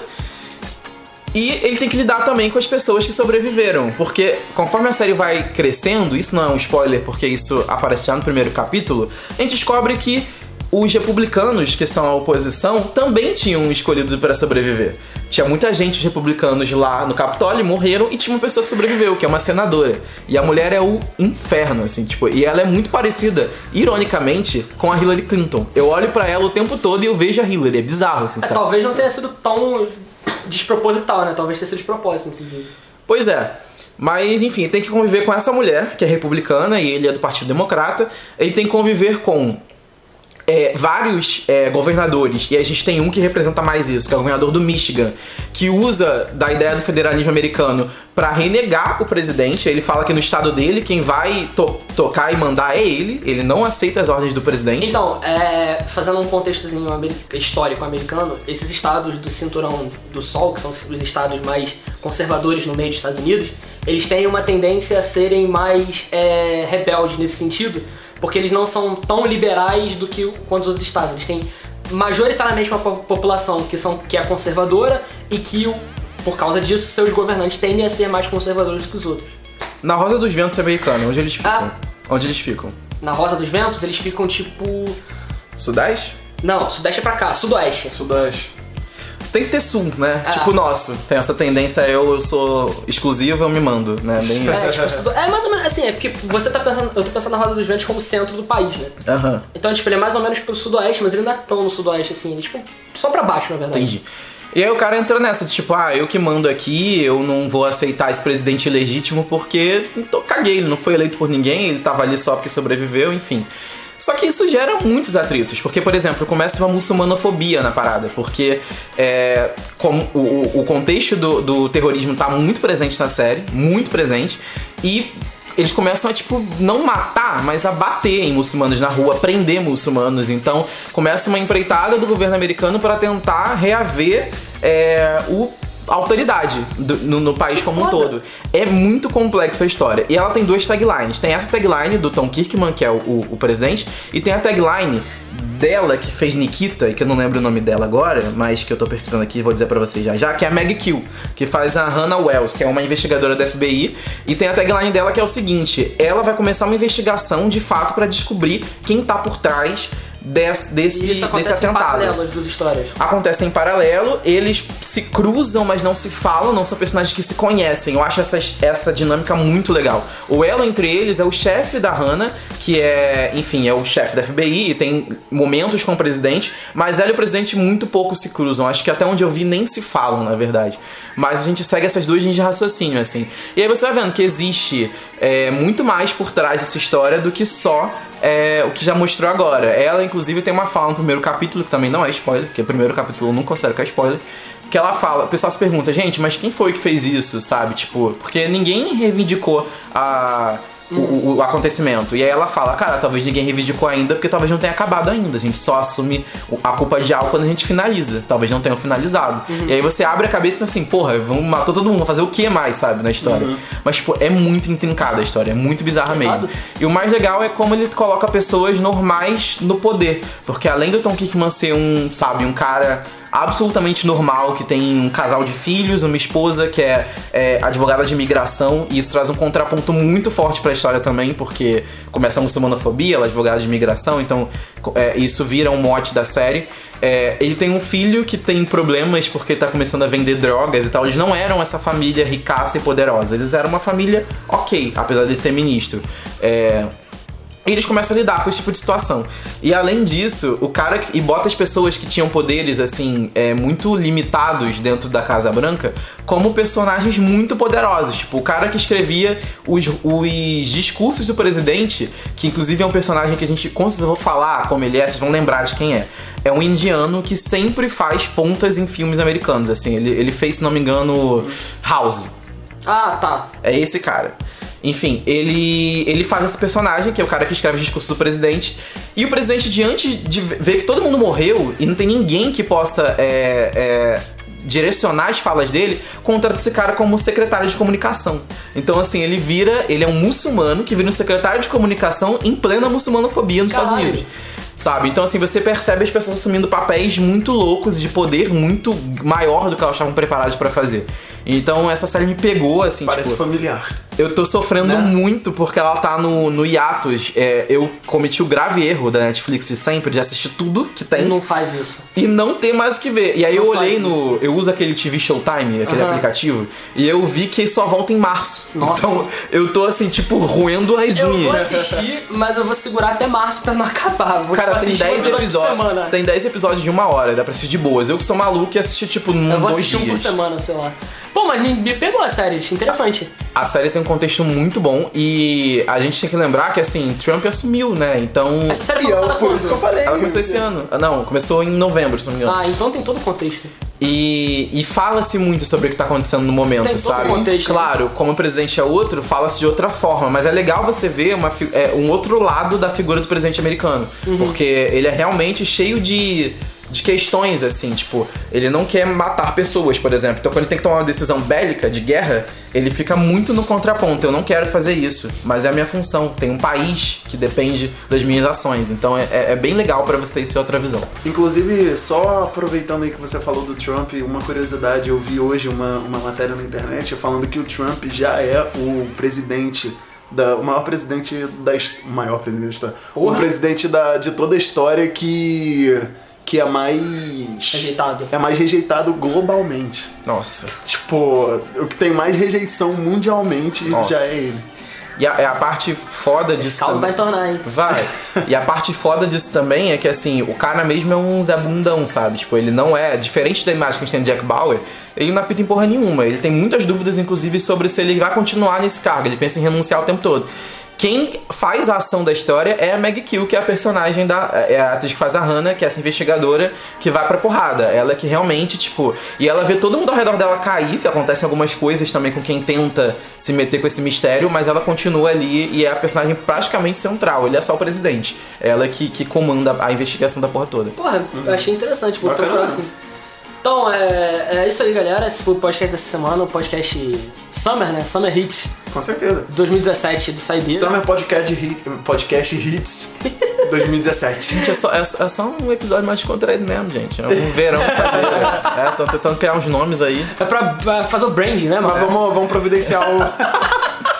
E ele tem que lidar também com as pessoas que sobreviveram, porque conforme a série vai crescendo, isso não é um spoiler porque isso aparece já no primeiro capítulo, a gente descobre que os republicanos, que são a oposição, também tinham escolhido para sobreviver. Tinha muita gente, os republicanos lá no Capitólio morreram e tinha uma pessoa que sobreviveu, que é uma senadora. E a mulher é o inferno, assim, tipo, e ela é muito parecida, ironicamente, com a Hillary Clinton. Eu olho pra ela o tempo todo e eu vejo a Hillary, é bizarro, assim,
É,
sabe?
talvez não tenha sido tão desproposital, né? Talvez tenha sido de propósito, inclusive.
Pois é. Mas, enfim, tem que conviver com essa mulher, que é republicana e ele é do Partido Democrata. Ele tem que conviver com é, vários é, governadores, e a gente tem um que representa mais isso, que é o governador do Michigan, que usa da ideia do federalismo americano pra renegar o presidente. Ele fala que no estado dele, quem vai to- tocar e mandar é ele. Ele não aceita as ordens do presidente.
Então, é, fazendo um contextozinho ameri- histórico americano, esses estados do cinturão do sol, que são os estados mais conservadores no meio dos Estados Unidos, eles têm uma tendência a serem mais é, rebeldes nesse sentido, porque eles não são tão liberais do que o- quanto os outros estados. Eles têm majoritariamente uma po- população que, são, que é conservadora e que, o- por causa disso, seus governantes tendem a ser mais conservadores do que os outros.
Na Rosa dos Ventos americana, onde eles ficam?
Ah.
Onde eles ficam?
Na Rosa dos Ventos, eles ficam tipo.
Sudeste?
Não, sudeste é pra cá, sudoeste.
Sudeste.
Tem que ter sul, né?
Ah.
Tipo o nosso. Tem essa tendência, eu, eu sou exclusivo, eu me mando, né? Bem
É,
isso.
tipo, Sudo- é mais ou menos assim, é porque você tá pensando. Eu tô pensando na Rosa dos Ventos como centro do país, né?
Aham,
Então, tipo, ele é mais ou menos pro sudoeste, mas ele não é tão no sudoeste assim, ele é tipo só pra baixo, na verdade.
entendi. E aí o cara entra nessa, tipo, ah, eu que mando aqui, eu não vou aceitar esse presidente legítimo porque tô, caguei, ele não foi eleito por ninguém, ele tava ali só porque sobreviveu, enfim. Só que isso gera muitos atritos, porque, por exemplo, começa uma muçulmanofobia na parada, porque é, como o, o- o contexto do, do terrorismo tá muito presente na série, muito presente, e eles começam a, tipo, não matar, mas a bater em muçulmanos na rua, prender muçulmanos. Então, começa uma empreitada do governo americano para tentar reaver é, o, a autoridade do- no, no país
Que
como um
foda.
todo. É muito complexa a história. E ela tem duas taglines. Tem essa tagline do Tom Kirkman, que é o, o- o presidente, e tem a tagline dela, que fez Nikita, e que eu não lembro o nome dela agora, mas que eu tô pesquisando aqui e vou dizer pra vocês já já, que é a Meg Kill, que faz a Hannah Wells, que é uma investigadora da FBI. E tem a tagline dela que é o seguinte: ela vai começar uma investigação de fato pra descobrir quem tá por trás desse, desse,
E isso
desse
acontece em
atentado
paralelas dos histórias.
acontecem em paralelo, eles se cruzam, mas não se falam, não são personagens que se conhecem. Eu acho essa, essa dinâmica muito legal. O elo entre eles é o chefe da Hannah, que é, enfim, é o chefe da FBI e tem momentos com o presidente, mas ela e o presidente muito pouco se cruzam. Acho que até onde eu vi nem se falam, na verdade. Mas a gente segue essas duas linhas de raciocínio, assim. E aí você vai vendo que existe é, muito mais por trás dessa história do que só é, o que já mostrou agora. Ela, inclusive, tem uma fala no primeiro capítulo, que também não é spoiler, porque o primeiro capítulo eu não considero que é spoiler, que ela fala, o pessoal se pergunta, gente, mas quem foi que fez isso, sabe? Tipo, porque ninguém reivindicou a. O, o- o acontecimento. E aí ela fala, cara, talvez ninguém reivindicou ainda, porque talvez não tenha acabado ainda. A gente só assume o- a culpa de algo quando a gente finaliza. Talvez não tenha finalizado. E aí você abre a cabeça e pensa assim, porra, vamos matou todo mundo, vamos fazer o que mais, sabe, na história. Mas, tipo, é muito intrincada a história, é muito bizarra mesmo.
Claro.
E o mais legal é como ele coloca pessoas normais no poder. Porque além do Tom Kickman ser um, sabe, um cara absolutamente normal, que tem um casal de filhos, uma esposa que é, é, advogada de imigração, e isso traz um contraponto muito forte pra história também, porque começa a muçulmanofobia, ela é advogada de imigração, então co- é, isso vira um mote da série. É, ele tem um filho que tem problemas porque tá começando a vender drogas e tal. Eles não eram essa família ricaça e poderosa. Eles eram uma família ok, apesar de ser ministro. É, e eles começam a lidar com esse tipo de situação. E além disso, o cara. que- E bota as pessoas que tinham poderes, assim, é, muito limitados dentro da Casa Branca, como personagens muito poderosos. Tipo, o cara que escrevia os, os discursos do presidente, que inclusive é um personagem que a gente. Com certeza eu vou falar como ele é, vocês vão lembrar de quem é. É um indiano que sempre faz pontas em filmes americanos, assim. Ele, ele fez, se não me engano, House.
Ah, tá.
É esse cara. Enfim, ele, ele faz esse personagem, que é o cara que escreve o discurso do presidente. E o presidente, diante de ver que todo mundo morreu e não tem ninguém que possa é, é, direcionar as falas dele, contrata esse cara como secretário de comunicação. Então, assim, ele vira. Ele é um muçulmano que vira um secretário de comunicação em plena muçulmanofobia nos Estados
Caralho.
Unidos. Sabe? Então, assim, você percebe as pessoas assumindo papéis muito loucos, de poder muito maior do que elas estavam preparadas pra fazer. Então, essa série me pegou, assim,
Parece
tipo...
familiar.
Eu tô
Né?
sofrendo muito porque ela tá no, no hiatus. É, eu cometi o grave erro da Netflix de sempre, de assistir tudo que tem
Não faz isso.
e não ter mais o que ver. E aí
Não
eu
faz
olhei
isso.
no. Eu uso aquele TV Showtime, aquele
Aham.
aplicativo, e eu vi que só volta em março.
Nossa.
Então eu tô assim, tipo, roendo as
Eu vou
unhas.
assistir, mas eu vou segurar até março pra não acabar. Vou
Cara, tem
assistir um
10
episódio por
episódios.
semana.
Tem 10 episódios de uma hora, dá pra assistir de boas. Eu que sou maluco e assisti, tipo, num
Eu vou
dois
assistir um por
dias.
semana, sei lá. Pô, mas me, me pegou a série, isso é interessante.
A série tem um contexto muito bom e a gente tem que lembrar que, assim, Trump assumiu, né? Então.
Essa série
E
foi lançada
é por isso que eu
quando?
falei.
Ela começou esse ano. Ah, Não, começou em novembro, se não me engano.
Ah, então tem todo o contexto.
E, e fala-se muito sobre o que tá acontecendo no momento,
Tem todo
sabe?
o contexto. né?
Claro, como o presidente é outro, fala-se de outra forma. Mas é legal você ver uma, fi- é, um outro lado da figura do presidente americano.
Uhum.
Porque ele é realmente cheio de. De questões, assim, tipo, ele não quer matar pessoas, por exemplo. Então, quando ele tem que tomar uma decisão bélica, de guerra, ele fica muito no contraponto. Eu não quero fazer isso, mas é a minha função. Tem um país que depende das minhas ações. Então, é, é- é bem legal pra você ter essa outra visão.
Inclusive, só aproveitando aí que você falou do Trump, uma curiosidade, eu vi hoje uma, uma matéria na internet falando que o Trump já é o presidente. Da, o maior presidente da his- o maior presidente da história. O
Porra.
presidente da, de toda a história que. que é mais.
Rejeitado.
É mais rejeitado globalmente.
Nossa.
Tipo, o que tem mais rejeição mundialmente
Nossa.
já é ele.
E a, é a parte foda
É
disso
Esse caldo
também.
vai tornar, hein?
Vai. E a parte foda disso também é que, assim, o cara mesmo é um Zé Bundão, sabe? Tipo, ele não é. Diferente da imagem que a gente tem de Jack Bauer, ele não apita em porra nenhuma. Ele tem muitas dúvidas, inclusive, sobre se ele vai continuar nesse cargo. Ele pensa em renunciar o tempo todo. Quem faz a ação da história é a Meg Kill, que é a personagem da. É a atriz que faz a Hannah, que é essa investigadora que vai pra porrada. Ela que realmente, tipo. E ela vê todo mundo ao redor dela cair, que acontecem algumas coisas também com quem tenta se meter com esse mistério, mas ela continua ali e é a personagem praticamente central. Ele é só o presidente. Ela que, que comanda a investigação da porra toda.
Porra, eu achei interessante, vou
Bacana,
procurar
né?
assim. Então, é, é isso aí, galera. Esse foi o podcast dessa semana, o podcast Summer, né? Summer Hits
Com certeza.
2017 do Saideira.
Summer Podcast, hit, podcast Hits 2017.
Gente, é só, é, é só um episódio mais descontraído mesmo, gente. É um verão, sabe? É, estão tentando criar uns nomes aí.
É pra, pra fazer o branding, né, mano?
Mas vamos, vamos providenciar o.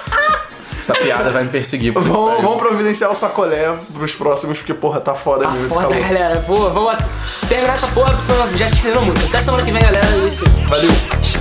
Essa piada vai me perseguir.
Vamos, vamos providenciar o sacolé pros próximos, porque, porra, tá foda
Tá
mesmo esse
foda,
calor.
galera. Vou, vamos at- terminar essa porra, porque senão já se estendeu muito. Até semana que vem, galera. É isso.
Valeu.
Shake